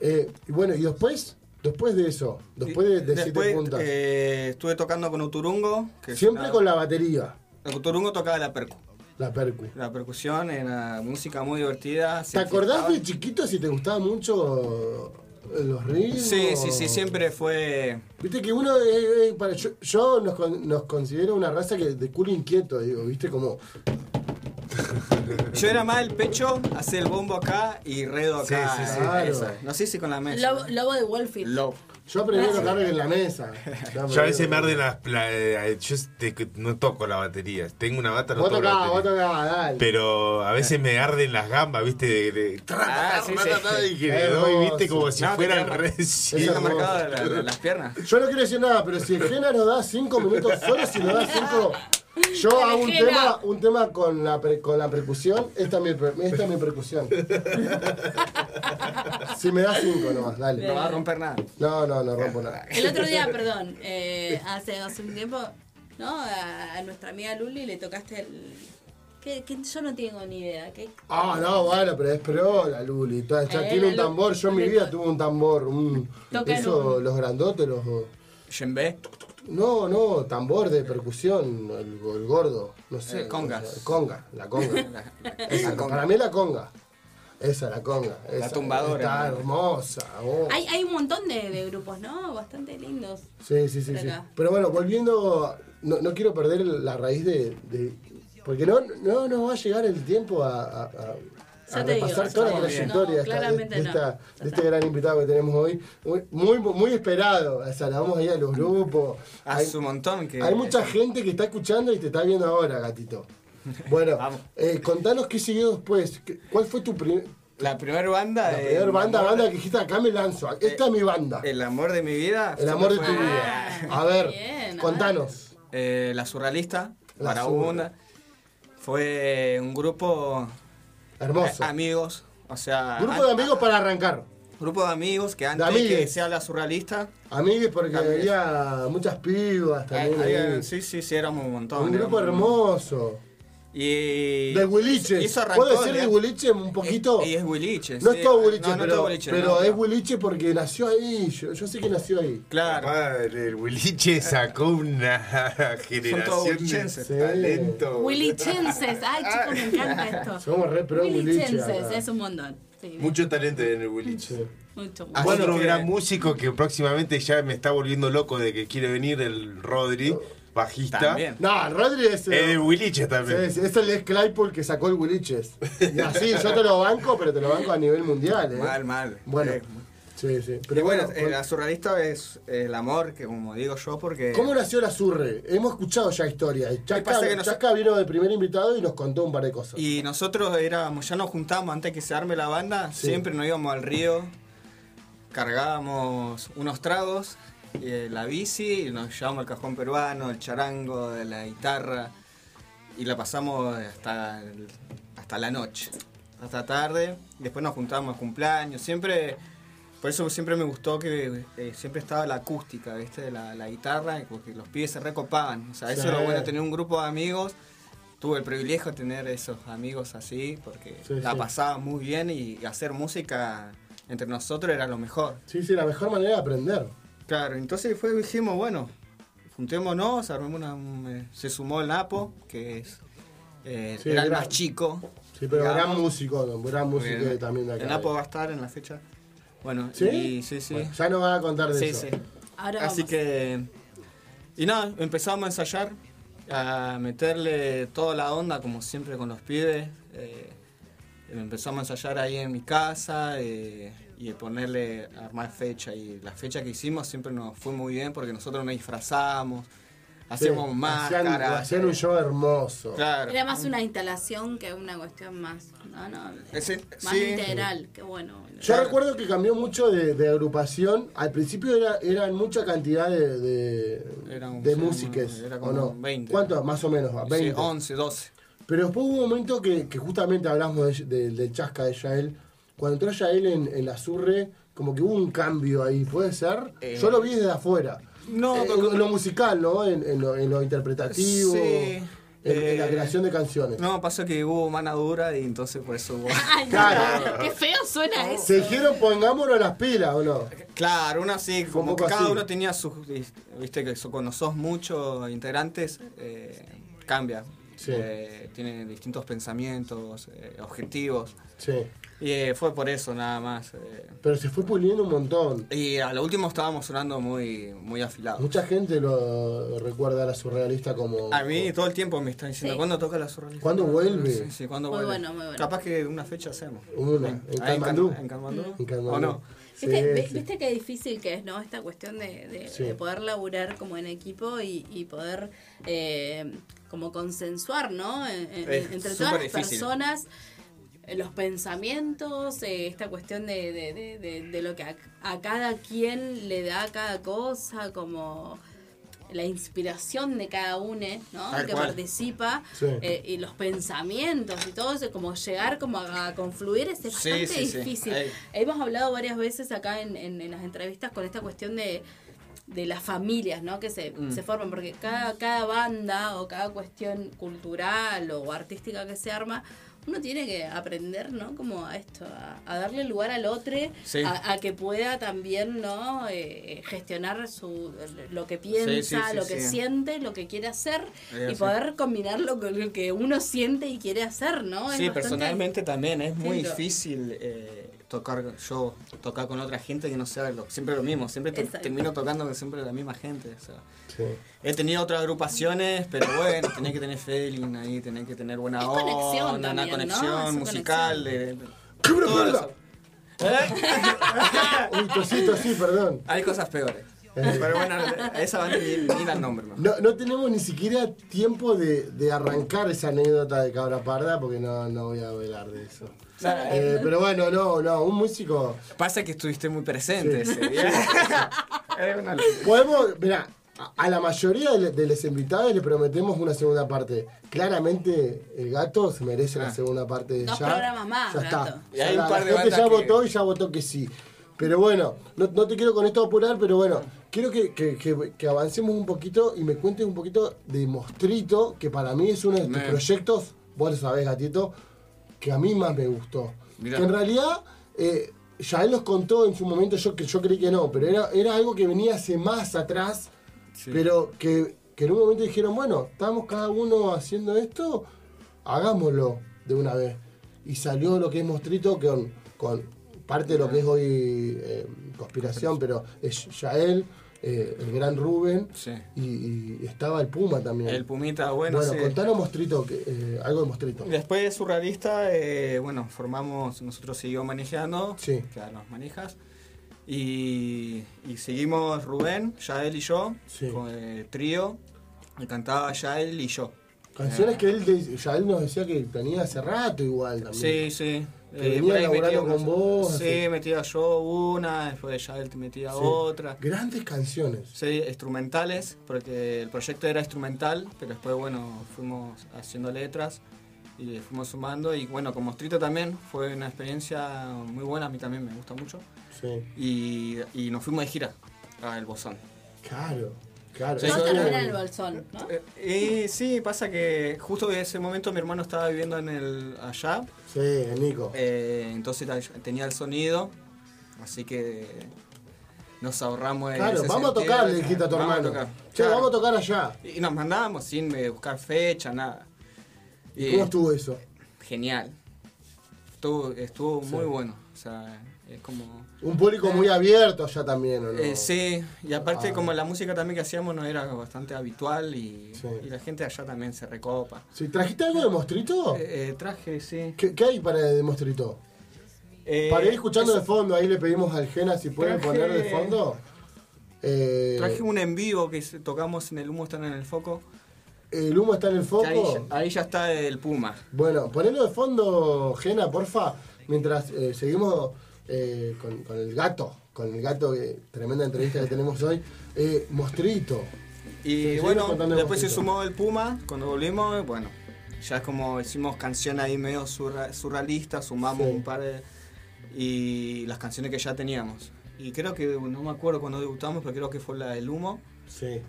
eh, y bueno, y después, después de eso, después de, de Después, siete puntas, eh, estuve tocando con Uturungo. Que es siempre una- con la batería, Uturungo tocaba la percu. la percu. La percusión era música muy divertida. ¿Te acordás de chiquito si te gustaban mucho eh, los ritmos? Sí, sí, sí, siempre fue. Viste que uno, eh, eh, para, yo, yo nos, con- nos considero una raza que de culo inquieto, digo, viste como... Yo era más el pecho, hacía el bombo acá y redo Sí, acá. sí, sí. eh, Claro. esa. No sé si con la mesa. Lobo, lobo de Wolfit. Low. Yo aprendí a tocar en la mesa. Yo a veces me arden las. pla- eh, yo te- no toco la batería. Tengo una bata, no Vos toco la tocá, Ah. vos batería. tocá, dale. Pero a veces me arden las gambas, viste, de, de- tra, Ah, tra, sí, tra, sí. tra, tra, y que Es le doy, viste, hermoso. como si No, te fueran queda- Sí, recién. Está hermoso. marcado la- la- las piernas. Yo no quiero decir nada, pero si el Jena nos da cinco minutos, solo si nos da cinco. Yo hago un Jena. tema, un tema con la pre- con la percusión. Esta es mi, per- esta es mi percusión. Si me da cinco nomás, No dale. va a romper nada. No, no, no rompo nada. El otro día, perdón, eh, hace, hace un tiempo, ¿no? A, a nuestra amiga Luli le tocaste el. Que, que yo no tengo ni idea. Que, Ah, no, bueno, pero es pro la Luli. toda- ya Eh, tiene la un Lu- tambor. Yo en mi le- vida tuve un tambor. un- Toca en eso, un- los grandotes, los. Yembe. No, no, tambor de percusión, el, el gordo, no sé. Eh, congas. o sea, Conga, la conga. Esa, la conga. Para mí la conga. Esa, la conga. esa. tumbadora, Está ¿no? hermosa. oh. hay, hay un montón de, de grupos, ¿no? Bastante lindos. Sí, sí, sí, Por sí. acá. Pero bueno, volviendo, no, no quiero perder la raíz de... de- porque no, no nos va a llegar el tiempo a, a- a- Ya a te digo, repasar ya toda la estamos bien. trayectoria No, esta- de, claramente de no. esta- Ya de este está. gran invitado que tenemos hoy. Muy, muy, muy esperado. O sea, la vamos a ir a los grupos. Hay- Hace un montón que. Hay mucha gente que está escuchando y te está viendo ahora, gatito. Bueno, Vamos. eh, contanos qué siguió después. ¿Qué- ¿Cuál fue tu prim- La primera banda. la eh, primera banda, amor- Eh, banda que dijiste acá me lanzo? Esta es mi banda. El, El amor de mi vida. amor de tu fue- vida. A ver, bien, contanos. Eh, la surrealista, La Vagabunda. Fue un grupo de Hermoso. amigos. O sea. Grupo de an- amigos para arrancar. Grupo de amigos que antes amigues. que sea la surrealista. Amigues porque Amigues. había muchas pibas también. eh, ahí. había- sí, sí, sí, éramos un montón. Un grupo éramos- hermoso. Y. De Williches. Eso arrancó, ¿Puedo decir de digamos. Williches un poquito? Y es Williches. No sí. eh, es todo Williche, No, no pero, todo Williches, pero no, es no. Williche porque nació ahí. Yo, yo sé que nació ahí. Claro. Madre, el Wiliche sacó una generación de willichenses. talento. Willy Chenses. Ay, chicos, me encanta esto. Somos re pro Willy Williche Chenses, acá. es un montón. Sí, Mucho talento en el Wiliche. Sí. mucho. Así Otro que- gran músico que próximamente ya me está volviendo loco de que quiere venir, el Rodri, bajista. También. No, Rodríguez. Es de Wiliche Sí, también. sí, es el ex Claypool que sacó el Williches. Y así, yo te lo banco, pero te lo banco a nivel mundial. ¿eh? Mal, mal. Bueno, Eh, sí, sí. Pero Pero bueno, bueno, eh, la surrealista es el amor, que como digo yo, porque. eh, ¿cómo nació la Surre? Hemos escuchado ya historias. Chasca, pasa que no sé- Chasca vino de primer invitado y nos contó un par de cosas. Y nosotros éramos, ya nos juntamos antes que se arme la banda, Sí. siempre nos íbamos al río, cargábamos unos tragos, eh, la bici, y nos llevábamos el cajón peruano, el charango, de la guitarra, y la pasamos hasta, el- hasta la noche, hasta tarde, después nos juntábamos a cumpleaños, siempre... Por eso siempre me gustó que eh, siempre estaba la acústica, ¿viste? La, la guitarra, porque los pibes se recopaban. O sea, eso Sí. es lo bueno, tener un grupo de amigos. tuve el privilegio de tener esos amigos así, porque Sí, la sí. pasaba muy bien y hacer música entre nosotros era lo mejor. Sí, sí, la mejor manera de aprender. Claro, entonces fue, dijimos, bueno, juntémonos, armemos una, un, eh, se sumó el Napo, que es, eh, Sí, era el era- más chico. Sí, pero digamos. gran músico, ¿no? gran Porque músico el- también de acá. eh. El Napo va a estar en la fecha. Bueno, ¿Sí? y- sí, sí. Bueno, ya nos van a contar de sí, eso. sí. Ahora Así vamos. que. Y nada, empezamos a ensayar, a meterle toda la onda, como siempre con los pibes. eh, empezamos a ensayar ahí en mi casa eh, y ponerle, armar fecha. Y la fecha que hicimos siempre nos fue muy bien porque nosotros nos disfrazábamos, hacíamos Sí, hacían, máscaras. hacían un show hermoso. Claro. Era más una instalación que una cuestión más, no, no, Ese- más sí. integral. Qué bueno. boludo. Yo recuerdo que cambió mucho de, de agrupación. Al principio era, eran mucha cantidad de, de, Era un- de músicas. era ¿o como no? 20. ¿Cuántos? Más o menos, Sí, 20. 11, 12. Pero después hubo un momento que, que justamente hablamos de- de- del chasca de Yael. Cuando entró Yael en, en la Surre, como que hubo un cambio ahí, ¿puede ser? Eh, Yo lo vi desde afuera. no, Eh, porque- en lo musical, ¿no? En, en lo, en lo interpretativo, Sí, en, en la eh, creación de canciones. No, pasó que hubo mano dura y entonces por eso hubo. Ay, Claro. no, qué feo suena eso. Se dijeron pongámonos las pilas, ¿o no? Eh, Claro, uno así, un como que poco cada así. uno tenía sus. Viste que so- cuando sos muchos integrantes, eh, cambia. Sí. Eh, tienen distintos pensamientos, eh, objetivos. Sí. Y eh, fue por eso nada más. eh. Pero se fue puliendo un montón. Y a lo último estábamos sonando muy, muy afilados. Mucha gente lo recuerda a la surrealista como. A mí todo el tiempo me están diciendo, Sí. ¿cuándo toca la surrealista? ¿Cuándo vuelve? Sí, sí, ¿cuándo Muy vuelve? bueno, muy bueno. Capaz que una fecha hacemos. Una, en Ahí Katmandú. Kat- En Katmandú. En Katmandú. ¿O no? Sí, Viste, ve- sí. viste qué difícil que es, ¿no? Esta cuestión de, de- Sí. de poder laburar como en equipo y, y poder eh, como consensuar, ¿no? En- en- Es entre súper todas las difícil. personas, eh, los pensamientos, eh, esta cuestión de, de- de- de- de lo que a, a cada quien le da cada cosa, como la inspiración de cada uno, ¿no? Tal que cual. participa Sí. eh, y los pensamientos y todo eso, como llegar como a, a confluir es Sí, bastante sí, sí. difícil. Ey. Hemos hablado varias veces acá en, en- en las entrevistas con esta cuestión de, de las familias ¿no? que se, Mm. se forman, porque cada, cada banda o cada cuestión cultural o artística que se arma, uno tiene que aprender ¿no? como a esto, a, a darle lugar al otro, Sí. a, a que pueda también ¿no? Eh, gestionar su, lo que piensa, sí, lo sí. que siente, lo que quiere hacer Eh, y sí. poder combinarlo con lo que uno siente y quiere hacer. ¿no? Oh, Es Sí, bastante- personalmente también es muy distinto. difícil eh, tocar yo, tocar con otra gente que no sea lo- siempre lo mismo, siempre to- Exacto. termino tocando con siempre la misma gente. o sea. Sí. He tenido otras agrupaciones, pero bueno, tenés que tener feeling ahí, tenés que tener buena Es onda, conexión una también, ¿no? Es conexión una musical. ¡Qué de- buena todo banda! Uy, tosí, tosí, perdón. Hay cosas peores. Pero bueno, a esa banda ni, ni la nombro. ¿no? No, no tenemos ni siquiera tiempo de, de arrancar esa anécdota de Cabra Parda porque no, no voy a velar de eso. Eh, pero bueno, no, no, un músico. Pasa que estuviste muy presente ese día. Es una locura. Podemos, mira, a, a la mayoría de, de los invitados le prometemos una segunda parte. Claramente el gato se merece la segunda parte de Dos ya. programas más, ya gato. está. Ah. Y Ya hay un la- par la de gente bandas ya que- votó y ya votó que sí. Pero bueno, no, no te quiero con esto apurar, pero bueno, quiero que, que- que- que avancemos un poquito y me cuentes un poquito de Mostrito, que para mí es uno de tus proyectos, vos lo sabés, gatito, que a mí más me gustó. Mirá. Que en realidad, eh, ya él nos contó en su momento, yo, que yo creí que no, pero era, era algo que venía hace más atrás, pero que, que en un momento dijeron, bueno, estamos cada uno haciendo esto, hagámoslo de una vez. Y salió lo que es Mostrito con, con parte de lo que es hoy eh, Conspiración, pero es Yael, eh, el gran Rubén, Sí. y, y estaba el Puma también. El Pumita, bueno, bueno, sí. contanos Mostrito, que, eh, algo de Mostrito. Después de Surrealista, eh, bueno, formamos, nosotros seguimos manejando, Sí. claro, nos manejas, y, y seguimos Rubén, Yael y yo, Sí. con el trío, y cantaba Yael y yo. Canciones que él, de- ya él nos decía que tenía hace rato igual también. Sí, sí. Que venía por ahí laburando metía con una- vos, Sí, así. metía yo una, después Yael te metía otra. Grandes canciones. Sí, instrumentales, porque el proyecto era instrumental, pero después, bueno, fuimos haciendo letras y le fuimos sumando. Y bueno, con Mostrito también fue una experiencia muy buena, a mí también me gusta mucho. Sí. Y, y nos fuimos de gira al Bosón. Claro. Claro, Te vas eso a es- poner el bolsón, ¿no? Eh, y sí, pasa que justo en ese momento mi hermano estaba viviendo en el allá, Sí, Nico. eh, entonces ta- tenía el sonido, así que nos ahorramos el Claro, vamos a tocar, le dijiste a tu hermano. Che, vamos a tocar allá. Y nos mandábamos sin eh, buscar fecha, nada. Y- ¿Cómo estuvo eso? genial. Estuvo, estuvo muy bueno. O sea, es como. Un público muy abierto allá también, ¿o no? Eh, sí, y aparte, Ah. como la música también que hacíamos no era bastante habitual y, Sí. y la gente allá también se recopa. Sí, ¿Trajiste algo de mostrito? Eh, eh, traje, sí. ¿Qué, qué hay para de mostrito? Eh, Para ir escuchando eso, de fondo, ahí le pedimos al Jena si pueden Traje- poner de fondo. Eh, Traje un en vivo que se- tocamos en el humo, están en el foco. El humo está en el que Ahí, foco. ya- ahí ya está el Puma. Bueno, ponelo de fondo, Jena, porfa, mientras eh, seguimos eh, con, con el gato, con el gato, que- tremenda entrevista que tenemos hoy. Eh, mostrito. Y Sí, seguimos bueno, contando de después se Mosquito. sumó el Puma, cuando volvimos, bueno, ya es como hicimos canciones ahí medio surra- surrealistas, sumamos Sí. un par de... y las canciones que ya teníamos. Y creo que, no me acuerdo cuando debutamos, pero creo que fue la del humo. Sí.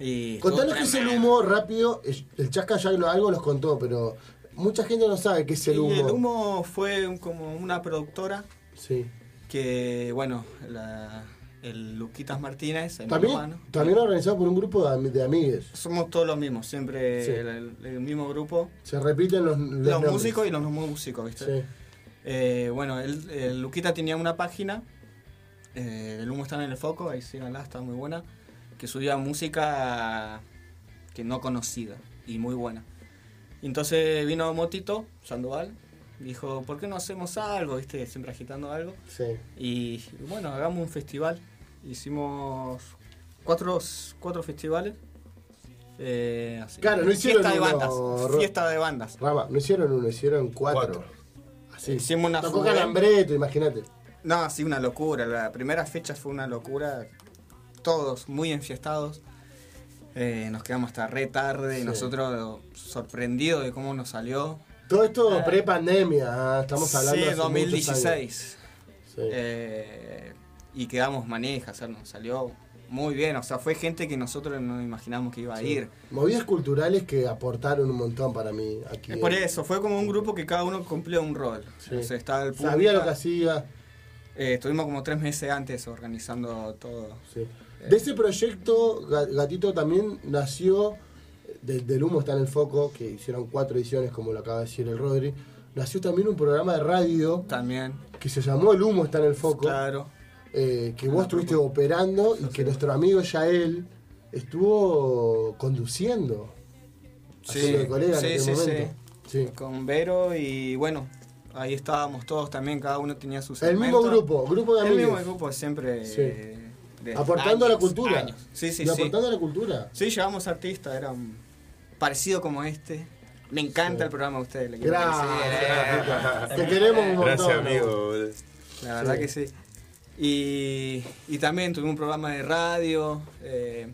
Y Contanos qué es el humo rápido. El el Chasca ya lo- algo los contó, pero mucha gente no sabe qué es Y el humo. el humo fue un- como una productora Sí. que, bueno, la- el Luquitas Martínez, el También, hermano. también organizado por un grupo de, am- de amigues. Somos todos los mismos, siempre Sí. el, el mismo grupo. Se repiten los, los Los nombres. músicos y los no músicos, ¿viste? Sí. Eh, bueno, el, el Luquita tenía una página, eh, el humo está en el foco, ahí síganla, está muy buena, que subía música que no conocida y muy buena. Y entonces vino Motito, Sandoval, dijo, ¿por qué no hacemos algo? ¿Viste? Siempre agitando algo. Sí. Y bueno, hagamos un festival. Hicimos cuatro, cuatro festivales. Eh, así- Claro, no hicieron fiesta de uno, bandas. Ro- Fiesta de bandas. Rama, no hicieron uno, hicieron cuatro. Cuatro. Así. Hicimos una Tocó fuga. Calambreto, imagínate. No, sí, una locura. La primera fecha fue una locura. Todos muy enfiestados. Eh, nos quedamos hasta re tarde. Sí. Nosotros sorprendidos de cómo nos salió. Todo esto pre-pandemia, ah, estamos hablando sí, de hace muchos años. 2016. Sí. Eh, y quedamos manija. O sea, nos salió muy bien. O sea, fue gente que nosotros no imaginamos que iba a ir. Movidas culturales que aportaron un montón para mí aquí. eh. Es por eso, fue como un grupo que cada uno cumplió un rol. Sí. O sea, estaba el Sabía lo que Puma. hacía. Eh, estuvimos como tres meses antes organizando todo. sí. Eh. De ese proyecto, Ga- Gatito también nació, de- del humo está en el foco, que hicieron cuatro ediciones, como lo acaba de decir el Rodri. Nació también un programa de radio También. que se llamó El humo está en el foco. Claro. Ah, eh, que vos estuviste operando y que nuestro amigo Yael estuvo conduciendo. haciendo de colega en sí, aquel sí, momento. Sí. sí. Con Vero y bueno, ahí estábamos todos también, cada uno tenía sus El mismo grupo, grupo de El mismo amigos. grupo siempre. Sí. eh, de Aportando a la años, cultura. años. Sí, sí, Y sí. aportando a la cultura. Sí, llevamos artistas, era un- parecido como este. Me encanta el programa de ustedes. le quiero agradecer, eh. Gracias. Te queremos un montón. Gracias, ¿no? amigo. boludo. La verdad Sí. que sí. Y, y también tuvimos un programa de radio, eh,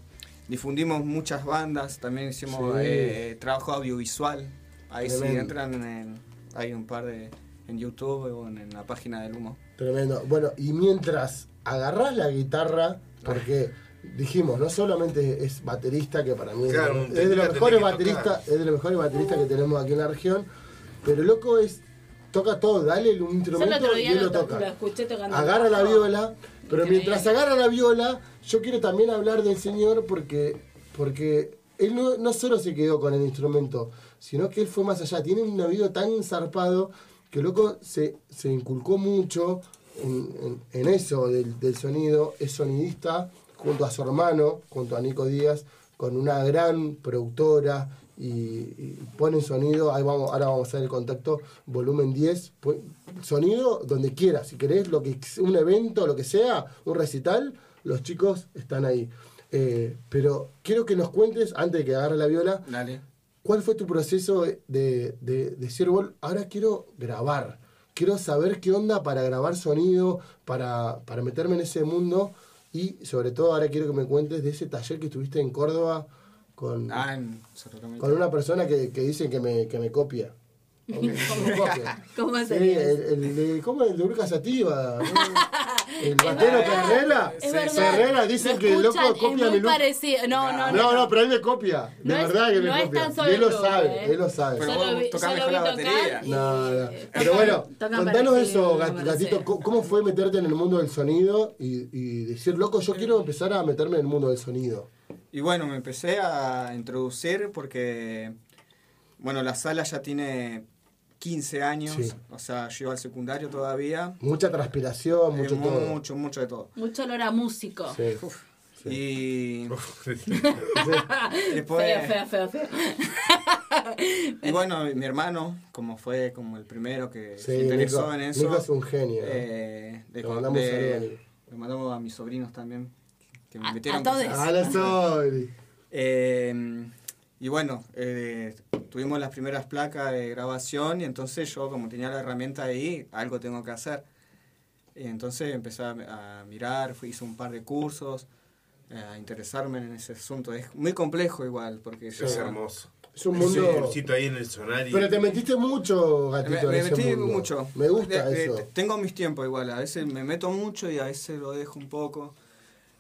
difundimos muchas bandas, también hicimos Sí. eh, trabajo audiovisual. Ahí sí Tremendo. entran, en, hay un par de en YouTube o en, en la página del humo. Tremendo. Bueno, y mientras agarrás la guitarra, porque dijimos, no solamente es baterista, que para mí es de- Claro, un es, de técnico los tenés mejores que bateristas, tocar. es de los mejores bateristas que tenemos aquí en la región, pero loco es, toca todo, dale un Yo el otro instrumento y día él lo, lo to- lo toca. escuché tocando. Agarra la viola, pero Increíble. mientras agarra la viola, yo quiero también hablar del señor porque, porque él no, no solo se quedó con el instrumento, sino que él fue más allá. Tiene un oído tan zarpado que loco se, se inculcó mucho en, en- en eso del, del sonido. Es sonidista junto a su hermano, junto a Nico Díaz, con una gran productora. Y, y ponen sonido, ahí vamos, ahora vamos a hacer el contacto, volumen 10, pu- sonido donde quiera, si querés, lo que, un evento, lo que sea, un recital, los chicos están ahí. Eh, pero quiero que nos cuentes, antes de que agarre la viola, Dale. ¿cuál fue tu proceso de, de- de decir, "Bueno, ahora quiero grabar? Quiero saber qué onda para grabar sonido, para, para meterme en ese mundo y sobre todo ahora quiero que me cuentes de ese taller que estuviste en Córdoba con, Ah, en Sotoromente. con una persona que, que dice que me, que me copia. O que- que me copia. ¿Cómo Sí, sería? el, el de, ¿cómo es? El de Urca Sativa. El batero Carrera, Es verdad. Carrera dicen Lo que el loco copia escuchan, es mi muy look. parecido. No, no, no. No, no, pero él me copia. De No es- verdad que me no es copia. tan solo Y él lo el look, sabe, eh. él lo sabe. Pero Solo vos vi- tocás solo mejor la vi tocar batería. y- No, no. Pero tocan- bueno, tocan contanos parecido, eso, tocan Gat- Gatito. parecido. ¿Cómo cómo fue meterte en el mundo del sonido y, y decir, loco, yo quiero empezar a meterme en el mundo del sonido? Y bueno, me empecé a introducir porque, bueno, la sala ya tiene 15 años, Sí. o sea, yo iba al secundario todavía, Mucha transpiración, mucho Eh, mu- todo. mucho, mucho de todo. Mucho olor a músico. Sí. Y Feo, después, feo, feo, feo. y bueno, mi hermano, como fue como el primero que Sí, se interesó Nico- en eso, Nico es un genio. eh, le, Le con- mandamos le- saludos a Nico. le mandamos a mis sobrinos también, que me A- invitaron. a todos. Ah, la soy. Eh, y bueno, eh, tuvimos las primeras placas de grabación y entonces yo como tenía la herramienta ahí, algo tengo que hacer. Y entonces empecé a, a mirar, fui, hice un par de cursos, eh, a interesarme en ese asunto. Es muy complejo igual, porque yo... Es hermoso. Es un Ese mundo. cursito ahí en el sonar y Pero te metiste mucho, Me, Gatito. me en ese metí mundo. mucho. Me gusta De- de- eso. Tengo mis tiempos igual, a veces me meto mucho y a veces lo dejo un poco.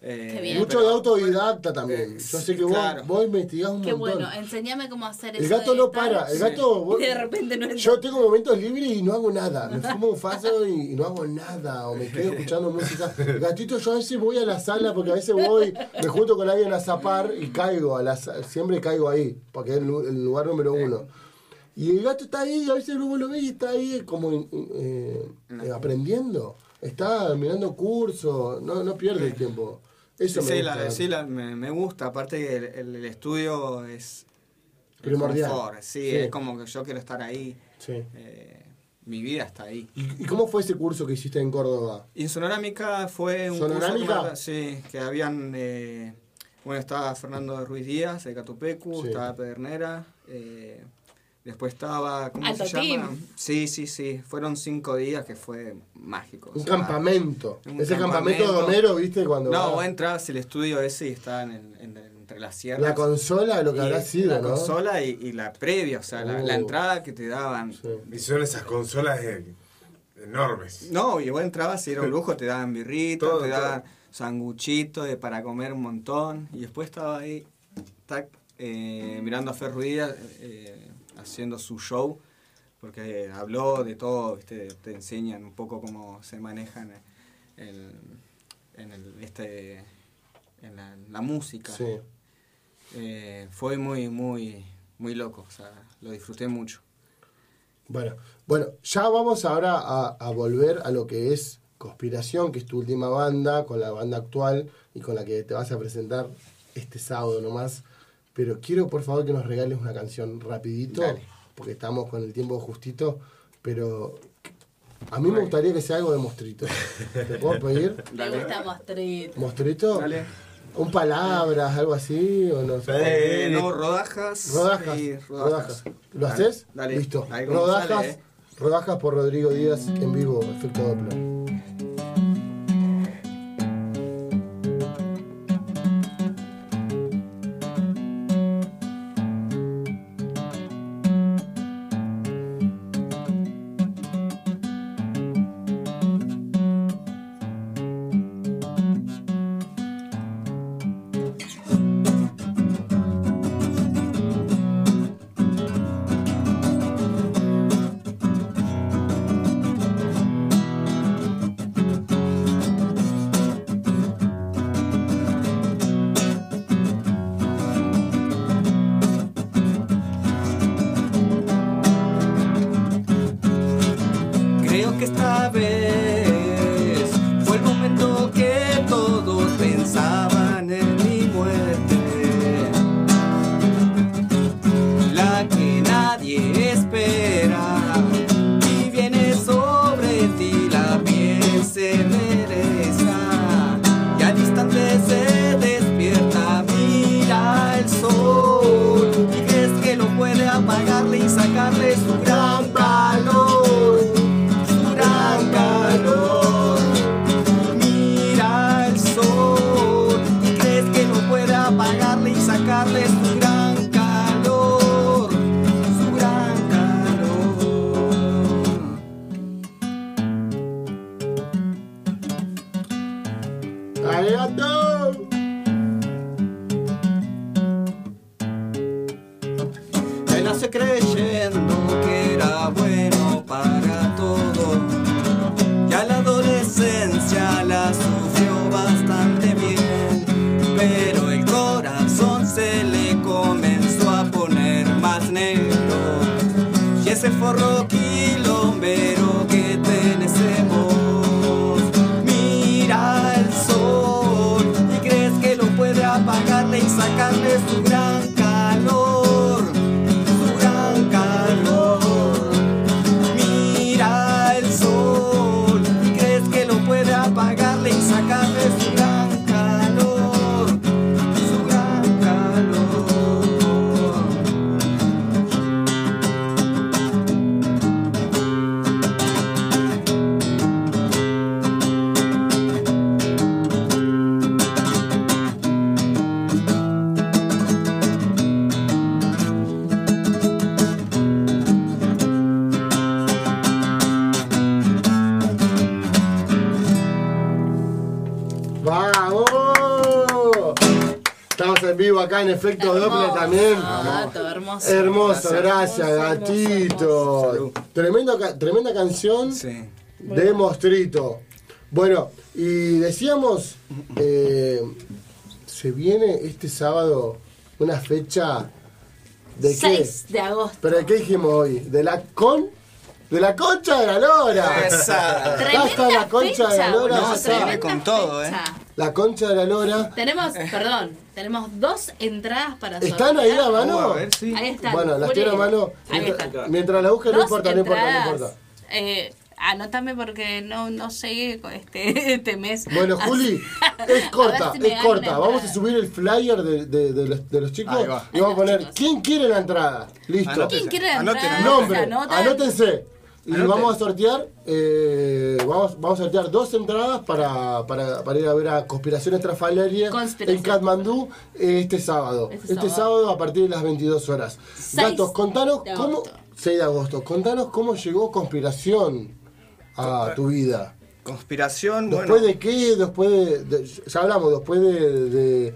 Eh, Qué bien. Mucho pero- de autodidacta también. Eh, Yo sé que vos, claro. vos investigás un Qué montón. bueno, enséñame cómo hacer eso. El gato de no tal. para. El Sí. gato. vos- Y de repente no es. Yo tengo momentos libres y no hago nada. Me fumo un faso y, y no hago nada. O me quedo escuchando música. Gatito, yo a veces voy a la sala porque a veces voy, me junto con alguien a zapar y caigo. A la, sa- siempre caigo ahí, porque es el, lu- el lugar número uno. Y el gato está ahí, y a veces luego lo ve y está ahí como eh, eh, aprendiendo. Está mirando cursos, no, no pierde el tiempo. Eso me Sí, gusta. la, sí, la- me, me gusta. Aparte que el, el- el estudio es el Primordial. confort, sí, Sí. es como que yo quiero estar ahí. Sí. eh, mi vida está ahí. ¿Y, y cómo fue ese curso que hiciste en Córdoba? Y en Sonorámica fue un curso que ¿Sonorámica? me- sí, que habían... eh, bueno, estaba Fernando Ruiz Díaz de Catupecu, Sí. estaba Pedernera, eh, después estaba... ¿Cómo Alto se llama? team. Sí, sí, sí. Fueron cinco días que fue mágico. o Un sea, campamento. un Ese campamento, de campamento. Homero, ¿viste? Cuando va- No, vos entrabas el estudio ese y estaban en, en- entre las sierras. La consola, lo que Y habrá sido, la ¿no? consola y, y la previa, o sea, la, la Oh. entrada que te daban. Sí. y son esas consolas eh, enormes. No, y vos entrabas y era un lujo, te daban birritas, Todo, te todo. daban sanguchitos de- para comer un montón. Y después estaba ahí, tac, eh, mirando a Fer Ruiz, eh, haciendo su show, porque eh, habló de todo, ¿viste? te enseñan un poco cómo se manejan el- en, el- este, en la, la música. Sí. Eh, fue muy, muy, muy loco, o sea, lo disfruté mucho. Bueno, bueno, ya vamos ahora a, a volver a lo que es Conspiración, que es tu última banda, con la banda actual y con la que te vas a presentar este sábado nomás. Pero quiero, por favor, que nos regales una canción rapidito, Dale. porque estamos con el tiempo justito, pero a mí me gustaría que sea algo de mostrito. ¿Te puedo pedir? Me gusta mostrar. ¿Mostrito? Dale. ¿Un palabras, algo así? ¿O no? Eh, no, rodajas. Rodajas. y rodajas. rodajas. ¿Lo Dale, haces? Dale. Listo. Ahí como Rodajas. sale, eh. Rodajas por Rodrigo Díaz en vivo, efecto Doppler. ¡Alegato! Me nace creyendo que era bueno para todo. Ya la adolescencia la sufrió bastante bien. Pero el corazón se le comenzó a poner más negro. Y ese forro quilombero que tenemos. Mira el sol y crees que lo puede apagarle y sacarle su gran calor. Su gran calor. Mira el sol y crees que lo puede apagarle y sacarle su gran calor, su gran calor. ¡Vamos! Estamos en vivo acá en Efecto Doppler también. Gato, Eh, hermoso. Hermoso, gracias, gatito. Tremendo ca- tremenda canción Sí. de Mostrito. Bueno, y decíamos, eh, se viene este sábado una fecha de qué? 6 de agosto. ¿Pero de qué dijimos hoy? ¿De la con? ¿De la concha de la lora? Esa. Basta de la concha de la lora, fecha, boludo, basta. tremenda Viene con todo, fecha. eh. La concha de la lora. Tenemos, perdón, tenemos dos entradas para ¿Están ahí la sortear. mano? Uh, a ver si. Ahí están. Bueno, las Juli. quiero a mano. Ahí Mientras, están. mientras la busquen, no Dos importa, no importa, no entradas. importa. Eh, anótame porque no, no llegué con este, este mes. Bueno, Así- Juli, A es ver corta, si me es dan corta. una Vamos a entrada. subir el flyer de, de- de los, de los chicos Ahí va. y vamos a poner, Chicos. ¿quién quiere la entrada? Listo. Anoten. ¿Quién quiere la Anoten, entrada? Nombre, ¿Se anotan? anótense. Y Anoten. vamos a sortear, eh, vamos, vamos a sortear dos entradas para, para, para ir a ver a Conspiraciones Trasfalaria Conspiración. en Katmandú eh, este sábado. Este Este, sábado. sábado. a partir de las 22 horas. Seis Gatos, contanos de cómo... agosto. 6 de agosto. Contanos cómo llegó Conspiración a tu vida. Conspiración, bueno. ¿Después de qué? Después de, de- Ya hablamos, después de. de-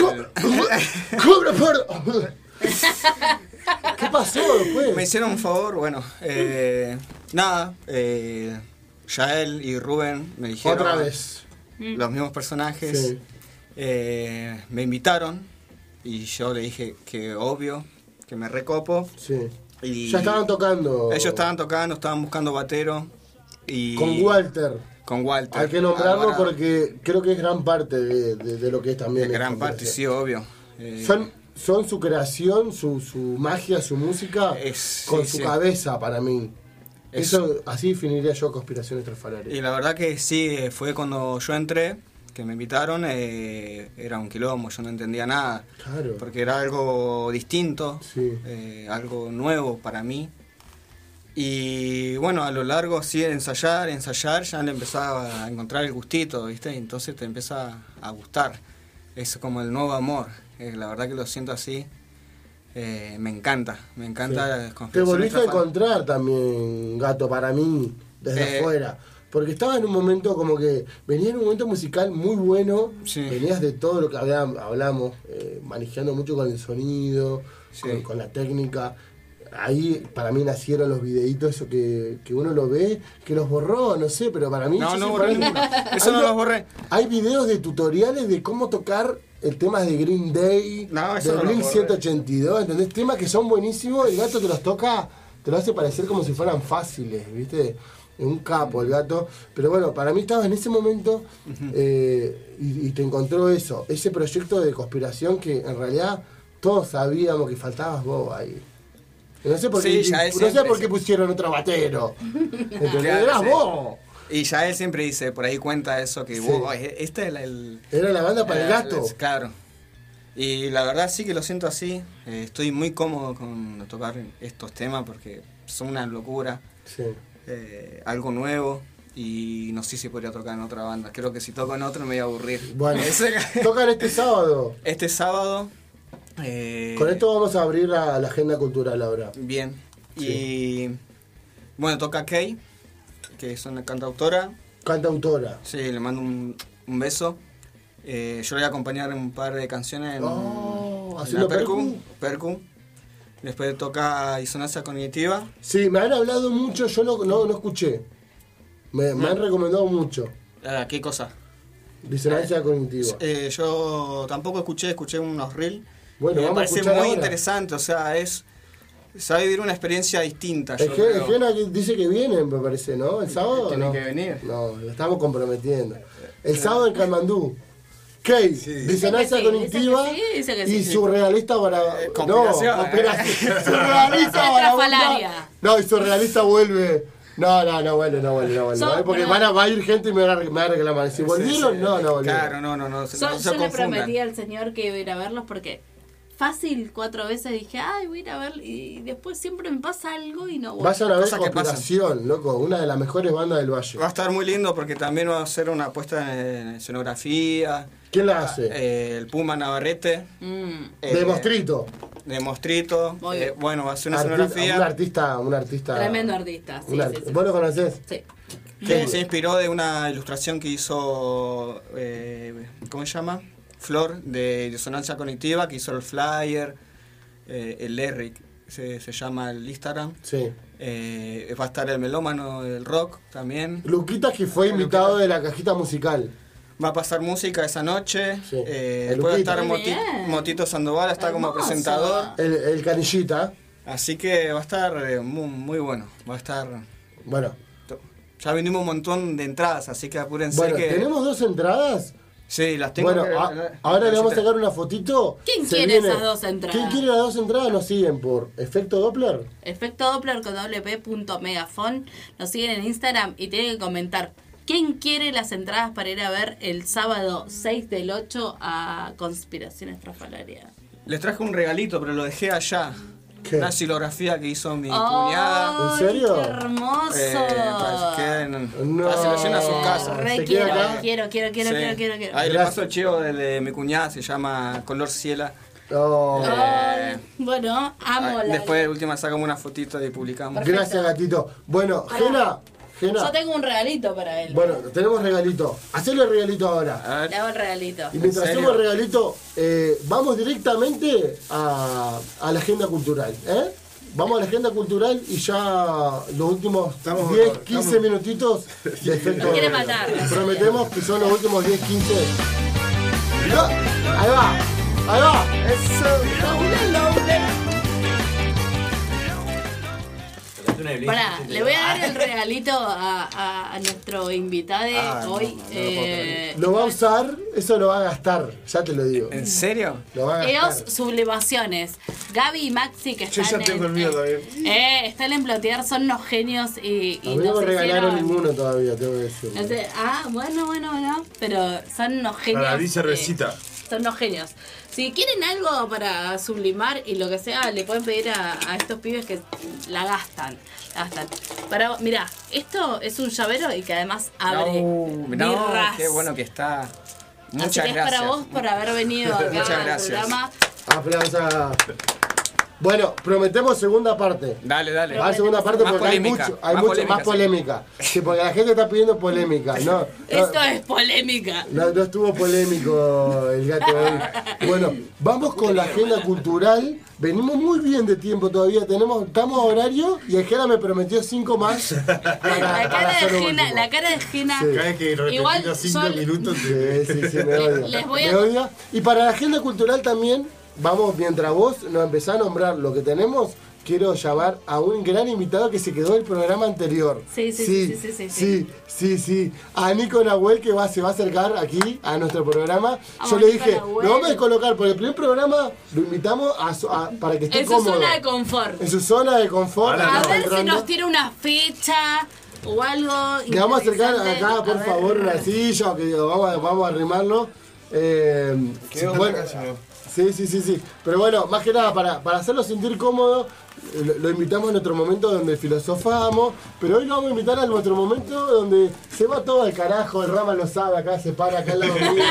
¡Cobra por- ¿Qué pasó Me después? hicieron un favor, bueno, eh, nada, eh, Yael y Rubén me dijeron Otra vez. los mismos personajes, Sí. eh, me invitaron y yo le dije que obvio, que me recopo. Sí. Y Ya estaban tocando. Ellos estaban tocando, estaban buscando batero y Con Walter. Con Walter. Hay que nombrarlo Alvarado. porque creo que es gran parte de, de- de lo que es también. En gran esta parte, sí, operación. obvio. Eh, Son, son su creación, su, su magia, su música, Es- con sí, su sí. cabeza para mí. Eh, Es- Eso, así definiría yo conspiraciones trasfalarias. Y la verdad que sí, eh, fue cuando yo entré, que me invitaron, eh, era un quilombo, yo no entendía nada. Claro. Porque era algo distinto, Sí. eh, algo nuevo para mí. Y bueno, a lo largo, así de ensayar, ensayar, ya le empezaba a encontrar el gustito, ¿viste? Y entonces te empieza a gustar. Es como el nuevo amor. eh, la verdad que lo siento así. Eh, me encanta, me encanta. Te las volviste a conspiraciones encontrar también, gato, para mí, desde Eh. afuera. Porque estaba en un momento como que venía en un momento musical muy bueno. Sí. Venías de todo lo que hablam- hablamos, eh, manejando mucho con el sonido, Sí. con, con la técnica. Ahí para mí nacieron los videitos, eso que, que uno lo ve, que los borró, no sé, pero para mí. No, yo no soy borré fan. ninguno. Eso Hay no lo- los borré. Hay videos de tutoriales de cómo tocar el tema de Green Day, No, eso de no lo Blink borré. 182, ¿entendés? Temas que son buenísimos, el gato te los toca, te lo hace parecer como si fueran fáciles, ¿viste? Un capo el gato. Pero bueno, para mí estaba en ese momento eh, y, y te encontró eso, ese proyecto de conspiración que en realidad todos sabíamos que faltabas vos ahí. No sé por Sí, qué, ya no es sé siempre, por qué sí. pusieron otro batero. ¿Entendés? Claro, Eras sí. vos. Y ya él siempre dice, por ahí cuenta eso, que Sí. vos, ay, este es el... el- Era la banda para el gato. es- claro. Y la verdad sí que lo siento así. Eh, estoy muy cómodo con tocar estos temas porque son una locura, Sí. eh, algo nuevo. Y no sé si podría tocar en otra banda. Creo que si toco en otro me voy a aburrir. Bueno, Ese- tocan este sábado. este sábado... eh, Con esto vamos a abrir la, la agenda cultural ahora. Bien. Y bueno, toca Kay, que es una cantautora, Cantautora. Sí, le mando un, un beso. Eh, yo le voy a acompañar en un par de canciones en, Oh, en ¿haciendo percu? percu. Después toca disonancia cognitiva. Sí, me han hablado mucho, yo no, no, no escuché. Me, me han recomendado mucho. Ah, ¿Qué cosa? Disonancia cognitiva. Eh, yo tampoco escuché, escuché unos reels. Bueno, me vamos a parece muy escuchar ahora. interesante, o sea, es. Sabe vivir una experiencia distinta. yo creo. Ejena dice que viene, me parece, ¿no? ¿El sábado? Tiene no? que venir. No, lo estamos comprometiendo. El sábado en Calmandú. Kate, disonancia Dice que sí, cognitiva dice que sí, dice que y sí. surrealista para. Eh, no, complicación, operación. surrealista para. Estrafalaria. No, y surrealista vuelve. No, no, no vuelve, no vuelve, no vuelve. Son- ¿eh? Porque no. van a, va a ir gente y me van a, me van a reclamar. Si volvieron, no, no volvieron. Claro, no, no, no. se- Yo, no yo se le confundan. prometí al señor que iba a ir a verlos porque fácil cuatro veces dije, ay, voy a ir a ver y después siempre me pasa algo y no voy. Vayan a ver Cosas que pasan. Operación, loco, una de las mejores bandas del Valle. Va a estar muy lindo porque también va a ser una apuesta en escenografía. ¿Quién la hace? eh, el Puma Navarrete. Mm. eh, de Mostrito. De Mostrito. Muy eh, bien. bueno, va a ser una Arti- un escenografía artista, un artista. Tremendo artista, sí, un sí, arti- sí. ¿Vos lo conocés? Sí. que se inspiró de una ilustración que hizo. eh, ¿Cómo se llama? Flor de Disonancia Cognitiva, que hizo el flyer. eh, el Eric se, se llama el Instagram. Sí. Eh, va a estar el melómano del rock también. Luquita que fue invitado de la cajita musical. Va a pasar música esa noche. Sí. Eh, El después va a Luquita. estar Muy Moti- bien. Motito Sandoval, está como Hermoso. presentador. El, el canillita. Así que va a estar eh, muy, muy bueno. Va a estar. Bueno. to- Ya vendimos un montón de entradas, así que apúrense Bueno, que. tenemos dos entradas. Sí, las tengo. Bueno, que- a- ahora le vamos a sacar una fotito. ¿Quién Se quiere viene- esas dos entradas? ¿Quién quiere las dos entradas? Nos siguen por efecto Doppler. Efecto Doppler con wp.megafon. Nos siguen en Instagram y tienen que comentar quién quiere las entradas para ir a ver el sábado 6 del 8 a Conspiración Estrafalaria. Les traje un regalito, pero lo dejé allá. ¿Qué? Una xilografía que hizo Oh, mi cuñada. ¡Ay, ¿En serio? ¡Qué ¡Oh, hermoso! Eh, Eh, para que queden- para que se lo llenen a sus casas. Re ¿Se queda quiero, acá? quiero, quiero, quiero, Sí. quiero, quiero, quiero. Ahí le Gracias. paso el chivo de, de mi cuñada, se llama Color Ciela. Oh, Eh, Bueno, amo Ay, la. Después de última sacamos una fotito y publicamos. gracias, gatito. Bueno, Gena. Gena. Yo tengo un regalito para él. Bueno, tenemos regalito. Hacele el regalito ahora. A Le ver, hago el regalito. Y mientras ¿En serio? hacemos el regalito, eh, vamos directamente a, a la agenda cultural. ¿eh? Vamos a la agenda cultural y ya los últimos Estamos- 10, estamos- 15 minutitos de efecto. Me quiere doble. matar. Prometemos que son los últimos 10, 15. No, Ahí va, ahí va. Pará, le voy a dar Ah. el regalito a, a- a nuestro invitado de Ah, hoy. eh, Lo va a usar, eso lo va a gastar, ya te lo digo. ¿En serio? Lo va a Eos gastar. Sublevaciones. Gaby y Maxi que Yo están ya tengo el en, mío eh, también. eh, están en plotear, son unos genios y, A y mí no nos me regalaron hicieron- ninguno todavía, tengo que decir. no sé, ah, bueno, bueno, bueno, pero son unos genios. Para dice eh, recita. Son unos genios. Si quieren algo para sublimar y lo que sea, le pueden pedir a, a estos pibes que la gastan. la gastan. Para, mirá, esto es un llavero y que además abre No, no, birras. uh, qué bueno que está. Muchas Así que es gracias. para vos por haber venido Muchas acá al gracias. programa. Aplausa. Bueno, prometemos segunda parte. Dale, dale. Va a la segunda parte Más porque polémica, hay mucho, hay más mucho polémica, más sí. polémica. Sí, porque la gente está pidiendo polémica. No, no, Esto es polémica. no- no estuvo polémico el gato hoy. Bueno, vamos con la agenda cultural. Venimos muy bien de tiempo todavía. Tenemos, estamos a horario y el Jera me prometió cinco más. para- La para cara hacer de lo Jena, último. la cara de Jena. Sí. Cada vez que Igual repetí los cinco son- minutos. te- Sí, sí, sí, me odia. Les voy a- Me odia. Y para la agenda cultural también, vamos, mientras vos nos empezás a nombrar lo que tenemos, quiero llamar a un gran invitado que se quedó del programa anterior. Sí, sí, sí, sí, sí, sí, sí. sí, sí. A Nico Nahuel que va, se va a acercar aquí a nuestro programa. Vamos, Yo le Nico dije, Nahuel. lo vamos a descolocar, porque el primer programa lo invitamos a su- a- para que esté En su cómodo. zona de confort. en su zona de confort. Ahora acá A está ver si entrando. nos tiene una fecha o algo. Le vamos a acercar interesante. acá, por A ver. favor, una silla, o que vamos a, vamos a arrimarlo. Eh, Quedó bueno, acá, señor. sí, sí, sí, sí. Pero bueno, más que nada, para, para hacerlo sentir cómodo, eh, lo, lo invitamos a nuestro momento donde filosofamos, pero hoy lo vamos a invitar a nuestro momento donde se va todo al carajo, el Rama lo sabe, acá se para, acá al lado mío.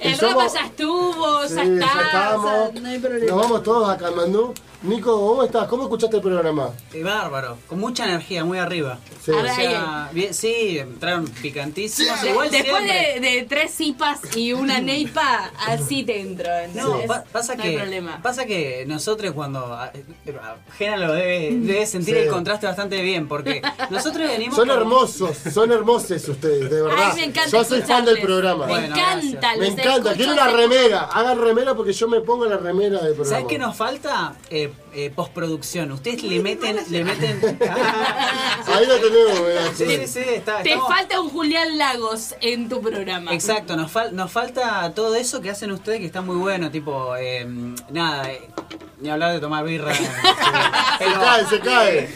El Somos- Rama ya estuvo, ya Sí, está. ya o sea, estamos. no hay problema. Nos vamos todos a Calmandú. Nico, ¿cómo estás? ¿Cómo escuchaste el programa? Eh, bárbaro, con mucha energía, muy arriba. Sí. O sea, bien, sí, entraron picantísimos. De- Igual Después siempre. de, de tres cipas y una neipa, así te entro. No, ¿entendés? pa- pasa, No hay que, problema. pasa que nosotros cuando... ah, a- a- Jena lo debe, debe sentir Sí. el contraste bastante bien, porque nosotros venimos... Son con- hermosos, son hermosos ustedes, de verdad. Ay, me encanta Yo soy fan del escucharles. programa. Me Bueno, encanta, Me los encanta, escucho quiero una hace- remera. Hagan remera porque yo me pongo la remera del programa. ¿Sabes qué nos falta? Eh, eh, postproducción. Ustedes le meten... Le meten Ahí lo tenemos, eh, mirá, sí, sí, sí, está, Te estamos- falta un Julián Lagos en tu programa. Exacto, nos, fal- nos falta todo eso que hacen ustedes que está muy bueno, tipo, eh, nada, eh, ni hablar de tomar birra. Se Pero cae, se cae.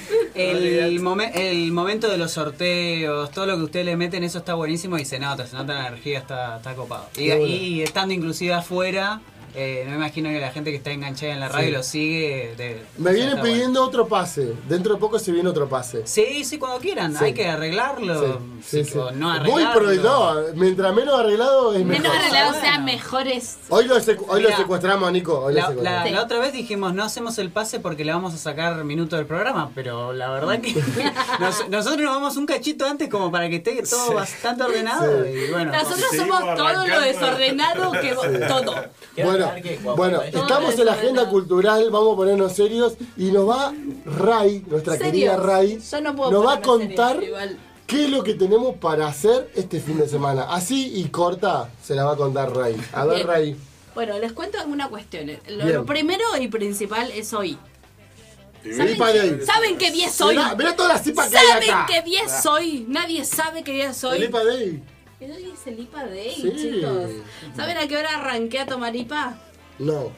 el, momen- el momento de los sorteos, todo lo que ustedes le meten, eso está buenísimo y se nota, se nota la energía, está, está copado. Y, Qué bueno. y estando inclusive afuera, eh, no me imagino que la gente que está enganchada en la radio Sí. lo sigue. de- Me o sea, vienen está bueno. pidiendo otro pase. Dentro de poco se viene otro pase. Sí, sí, cuando quieran, Sí. hay que arreglarlo. Sí, sí, tipo, sí. No Muy arreglarlo. prohibido. Mientras menos arreglado es mejor. Menos arreglado, o sea, Bueno. mejores. Hoy lo, secu- hoy lo Mirá. secuestramos a Nico. Hoy lo La, secuestramos. la- Sí. la otra vez dijimos, no hacemos el pase porque le vamos a sacar minuto del programa, pero la verdad que nos- nosotros nos vamos un cachito antes como para que esté todo bastante ordenado. Y bueno, pues, Nosotros Seguimos somos todo lo arrancando. desordenado que vos- todo. Bueno, bueno, estamos en la agenda cultural, vamos a ponernos serios y nos va Ray, nuestra Serios. querida Ray, Yo no puedo nos va a ponerme contar seria, igual. qué es lo que tenemos para hacer este fin de semana. Así y corta se la va a contar Ray. A ver Bien. Ray, Bueno, les cuento algunas cuestiones. Lo, Bien. lo primero y principal es hoy. vení para ahí. ¿Saben qué día es hoy? Mirá, mirá todas las cipas que hay ¿Saben acá. qué día es hoy? Nadie sabe qué día es hoy. Vení para ahí. ¿Qué hoy es el IPA Day, Sí. chicos? ¿Saben a qué hora arranqué a tomar IPA? No,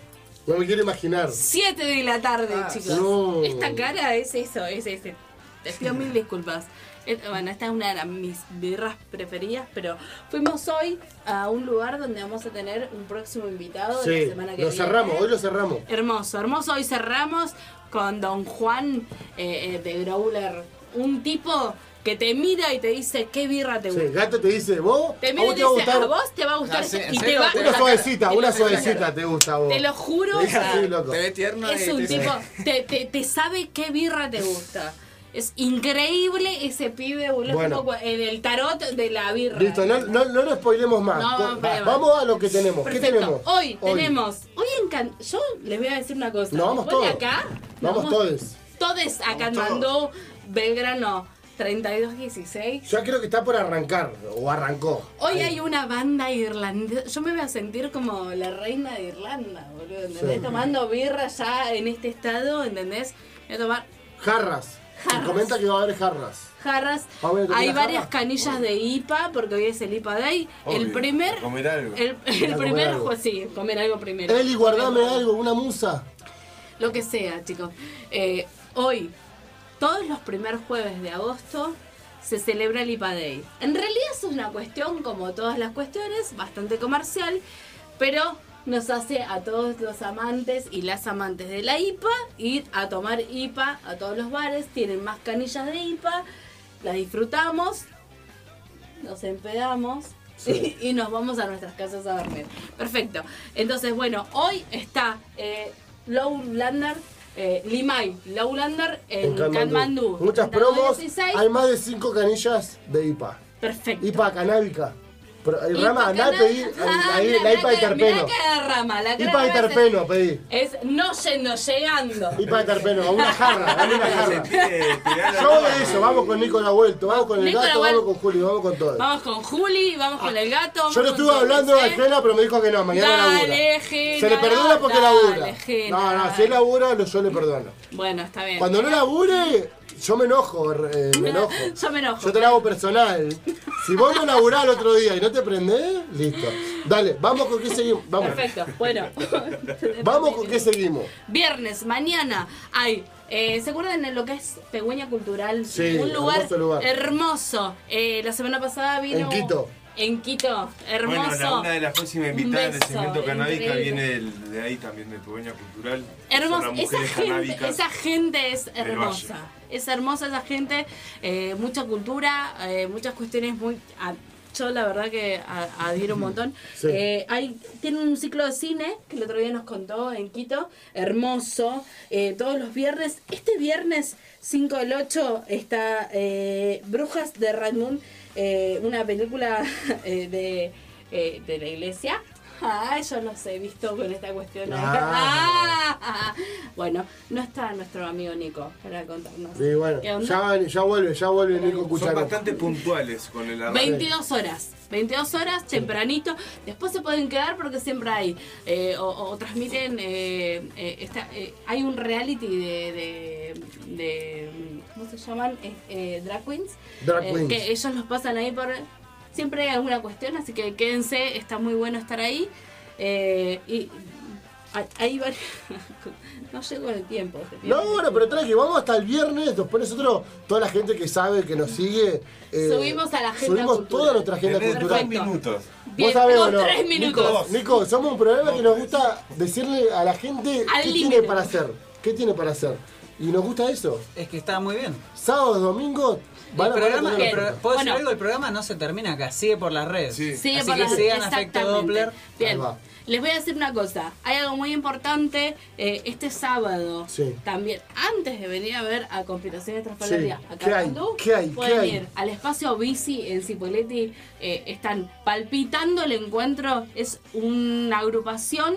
no me quiero imaginar. 7 de la tarde, chicos. Ah, no. Esta cara es eso, es ese. Te pido mil disculpas. Eh, Bueno, esta es una de las- mis birras preferidas, pero fuimos hoy a un lugar donde vamos a tener un próximo invitado de la Sí, semana que lo viene. cerramos, hoy lo cerramos. Hermoso, hermoso. Hoy cerramos con Don Juan eh, eh, de Growler. Un tipo que te mira y te dice qué birra te Sí, gusta. Gato te dice, vos, Te ¿a mira y vos te te va a dice, a gustar vos te va a gustar Ah, sí, este- ¿en y te serio? va una suavecita, te lo una saca. suavecita te gusta a vos. Te lo juro. o Es sea, así, loco. Te ve tierno es y un te- tipo, te, te- te sabe qué birra te gusta. Es increíble ese pibe, boludo. Bueno. como En el tarot de la birra. Listo, no, no, no lo spoilemos más. No, Po- no, pero- Vamos a lo que tenemos. ¿Qué Perfecto. tenemos? Hoy, tenemos. Hoy en Can- Yo les voy a decir una cosa. Nos vamos Después de todos. acá. nos Vamos todos. Todos a Katmandú, Belgrano 3216. Yo creo que está por arrancar, o arrancó. Hoy hay una banda irlandesa. Yo me voy a sentir como la reina de Irlanda, boludo. ¿Entendés? Sí. Tomando birra ya en este estado, ¿entendés? Voy a tomar Jarras. Se comenta que va a haber jarras. jarras. Ah, bueno, ¿te Hay quieres varias jarra? canillas de IPA, porque hoy es el IPA Day. el Obvio, primer. a comer algo. El, el A comer primer. algo. pues Sí, comer algo primero. Eli, guardame algo, una musa. Lo que sea, chicos. Eh, hoy, todos los primeros jueves de agosto, se celebra el IPA Day. En realidad es una cuestión, como todas las cuestiones, bastante comercial, pero nos hace a todos los amantes y las amantes de la IPA ir a tomar IPA a todos los bares. Tienen más canillas de IPA, las disfrutamos, nos empedamos. Y, nos vamos a nuestras casas a dormir. Perfecto. Entonces, bueno, hoy está eh, Lowlander, eh, Limay, Lowlander en, Katmandú. Muchas 32, promos. 16. Hay más de 5 canillas de IPA. Perfecto. IPA canábica. Pero, hay IPA rama, andá a cana- pedir Ah, ahí, mirá, la IPA de mirá que- terpeno. mirá que agarrama, la IPA de agarrama es- terpeno, pedí. Es no yendo, llegando. IPA de terpeno, a una jarra, a una jarra. Eh, tiralo. Yo voy a eso, vamos con Nicola Vuelto, vamos con el Nicola gato, Vuelto. vamos con Julio, vamos con todo. Vamos con Juli, vamos con el gato. vamos Ah, Yo le con estuve todo, hablando a ¿eh? Jena, pero me dijo que no, mañana labura. Dale, Jena, Se le perdona porque dale, labura. Jena, No, no, si dale. él labura, lo- yo le perdono. Bueno, está bien. Cuando no labure, yo me enojo, eh, me enojo. Yo me enojo. Yo te la hago personal. Si vos no laburás el otro día y no te prendés, listo. Dale, vamos con qué seguimos. Vamos, Perfecto, bueno. vamos con qué seguimos. Viernes, mañana, hay. eh, ¿Se acuerdan de lo que es Pegüeña Cultural? Sí, un lugar hermoso lugar. hermoso. Eh, la semana pasada vino. En Quito. En Quito, hermoso. Bueno, la- una de las próximas invitadas del Beso, segmento canábica increíble. viene del- de ahí también, de tu dueña cultural. Hermosa, Son las esa mujeres gente, canábicas. esa gente es hermosa. Valle. Es hermosa esa gente, eh, mucha cultura, eh, muchas cuestiones muy a- Yo la verdad que a- adhiero un montón. Sí. Eh, hay, tienen un ciclo de cine que el otro día nos contó en Quito, hermoso, eh, todos los viernes. Este viernes 5 del 8 está eh, Brujas de Radmund, eh, una película eh, de, eh, de la iglesia. Ah, yo los he visto con esta cuestión. Ah. Ah. bueno, no está nuestro amigo Nico para contarnos. Sí, bueno, ¿Qué ya, onda? van- ya vuelve, ya vuelve Nico Son Cucharo. bastante puntuales con el arranque. 22 horas. 22 horas, tempranito. Después se pueden quedar porque siempre hay. eh, o, o transmiten. eh, eh, esta- eh, hay un reality de. de- de, ¿Cómo se llaman? Eh, eh, drag queens. Drag Eh, queens. que ellos los pasan ahí por. Siempre hay alguna cuestión, así que quédense. Está muy bueno estar ahí. Eh, y. hay- Hay varios. no llego el tiempo. este tiempo. No, bueno, pero tranqui, vamos hasta el viernes, después nosotros, toda la gente que sabe, que nos sigue, eh, Subimos a la agenda subimos cultural. toda nuestra agenda Tenés cultural. dos minutos. Bien, o no, tres minutos. Nico, Nico, somos un programa que nos gusta decirle a la gente Al qué límite. tiene para hacer, qué tiene para hacer. Y nos gusta eso. Es que está muy bien. Sábados, domingos, van El a programa, van a tener la el pro- puerta. ¿Puedo decir algo? El programa no se termina acá, sigue por las redes. Sigue Así por que las- sigan Afecto exactamente. Doppler. Bien. Les voy a decir una cosa, hay algo muy importante, eh, este sábado, Sí. también, antes de venir a ver a Conspiraciones Transparentías, Sí. acá ¿Qué hay? en Bandú, ¿Qué hay? pueden ¿Qué hay? ir al espacio bici en Cipolletti, eh, están palpitando el encuentro, es una agrupación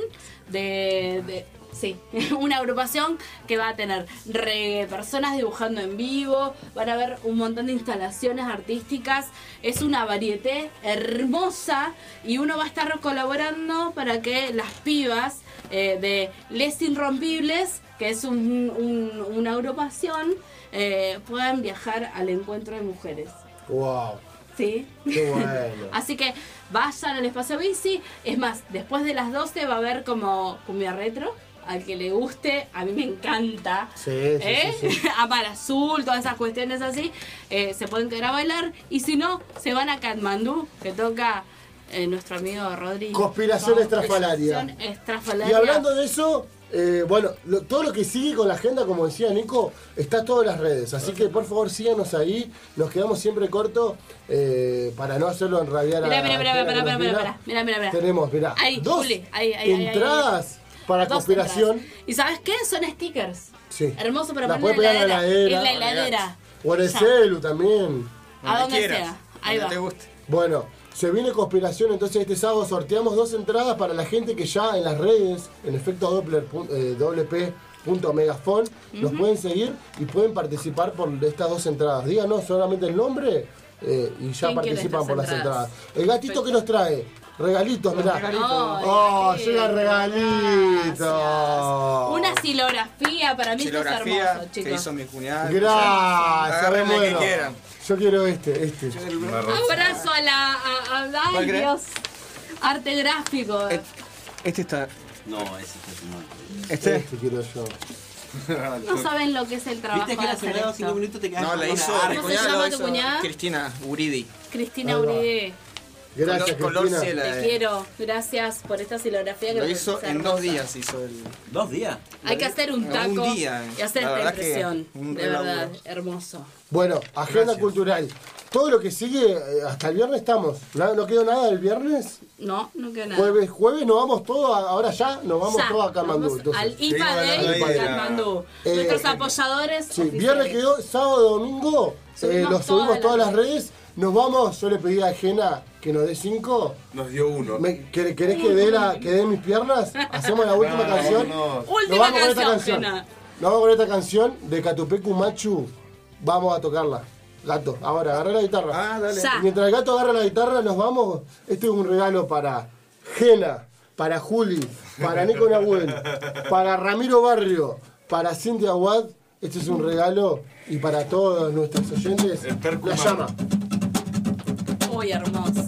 de... de- Sí, una agrupación que va a tener reggae, personas dibujando en vivo, van a ver un montón de instalaciones artísticas, es una varieté hermosa y uno va a estar colaborando para que las pibas eh, de Les Irrompibles, que es un- un- una agrupación, eh, puedan viajar al encuentro de mujeres. Wow, ¿Sí? qué bueno. Así que vayan al espacio bici. Es más, después de las 12 va a haber como cumbia retro. Al que le guste, a mí me encanta. Sí, sí, ¿Eh? sí, sí. Amar azul, todas esas cuestiones así. Eh, se pueden quedar a bailar. Y si no, se van a Katmandú, que toca eh, nuestro amigo Rodri. Conspiración Con- estrafalaria. Conspiración estrafalaria. Y hablando de eso, eh, bueno, lo- todo lo que sigue con la agenda, como decía Nico, está todo en las redes. Así que por favor síganos ahí. Nos quedamos siempre cortos eh, para no hacerlo enrabiar a Mirá, mirá, mirá, a- a- mirá, mirá, a- mirá, mirá, mirá, mirá, mirá. Tenemos, mirá, Ahí, dos Juli, ahí, ahí, ahí, ahí, ahí. entradas para Dos conspiración. entradas. ¿Y sabes qué? Son stickers. Sí. Hermoso para La poner puedes en la pegar en heladera. la heladera. En la heladera. O en el Ah, Ya. celu también. A donde sea. Ahí va. Bueno, se viene conspiración, entonces este sábado sorteamos dos entradas para la gente que ya en las redes, en efecto Doppler, pu- eh, wp.megafon, nos Ujú. pueden seguir y pueden participar por estas dos entradas. Díganos solamente el nombre eh, y ya ¿Quién quiere participan estas por las entradas? entradas. El gatito que nos trae, regalitos, mirá. regalitos. Ay, ¡Oh, llega regalito! Una silografía para mí esto es Xilografía hermoso, que chicos. hizo mi cuñada. Gracias, Agarren me el que muero. quieran. Yo quiero este, este. Abrazo a la. a- a- ¿Cuál ay, crees? Dios. Arte gráfico. Este está. No, ese es el Este. quiero yo. No saben lo que es el trabajo. Viste que de la hacer semana, esto. cinco minutos, te quedas No, la con hizo. una- mi ¿Cómo se cuñada, llama lo tu hizo cuñada? Cristina Uridi. Cristina Ahí va. Uribe. Gracias, Color- color Cristina. cielo, Te eh. quiero. Gracias por esta silografía que Lo me hizo parece en hermosa. dos días. Hizo el... ¿Dos días? Hay que hacer un taco y hacer La esta verdad que impresión. un De re laburo. verdad, hermoso. Bueno, agenda cultural. Todo lo que sigue, eh, hasta el viernes estamos. Nada- No, quedó nada del viernes. No, no queda nada. Jueves, jueves nos vamos todos, a- ahora ya nos vamos Ya, todos a Kamandú. vamos al IPA Day IPA Day. Katmandú. Eh, Nuestros apoyadores. Sí, oficiales. viernes quedó, sábado, domingo, eh, Subimos lo subimos todas todas las las redes. Nos vamos, yo le pedí a Jena que nos dé cinco. Nos dio uno. Me- ¿quere- ¿Querés que dé, la, que dé mis piernas? Hacemos la última No, canción. no. Nos Última vamos con esta canción, canción. Jena. Nos vamos con esta canción de Catupecu Machu. Vamos a tocarla. Gato, ahora agarra la guitarra. Ah, Ah, Ya. Mientras el gato agarra la guitarra, nos vamos. Este es un regalo para Jena, para Juli, para Nico Nahuel, para Ramiro Barrio, para Cintia Wad. Este es un regalo y para todos nuestros oyentes. La llama. Uy, hermoso.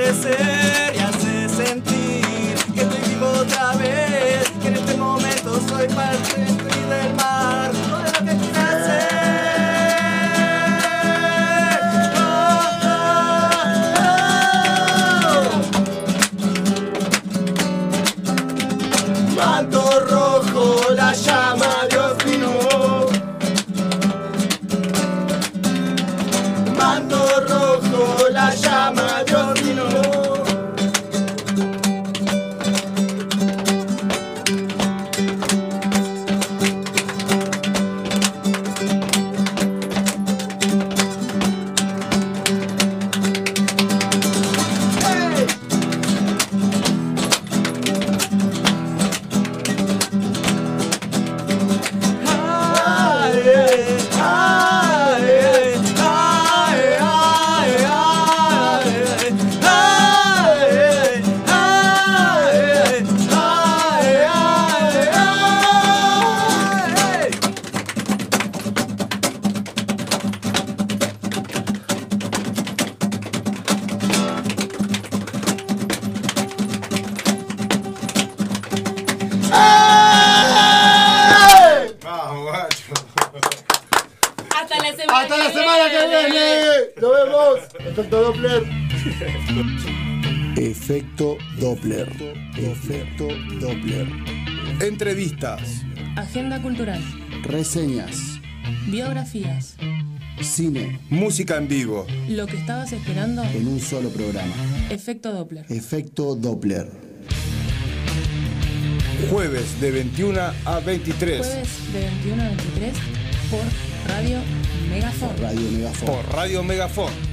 este Oh, santo rojo la llama de Ordino. Ay, ay, ay, ay, ay, ay, ay, ay, ay. Hasta la semana ¡Hasta la semana que viene! ¡Nos vemos! Efecto Doppler. Efecto Doppler. Efecto Doppler. Entrevistas, Agenda cultural. reseñas, Biografías. cine, música en vivo. Lo que estabas esperando. en un solo programa. Efecto Doppler. Efecto Doppler. Jueves de 21 a 23 Jueves de 21 a 23 por Radio Megafon. Radio Megafon. por Radio Megafon.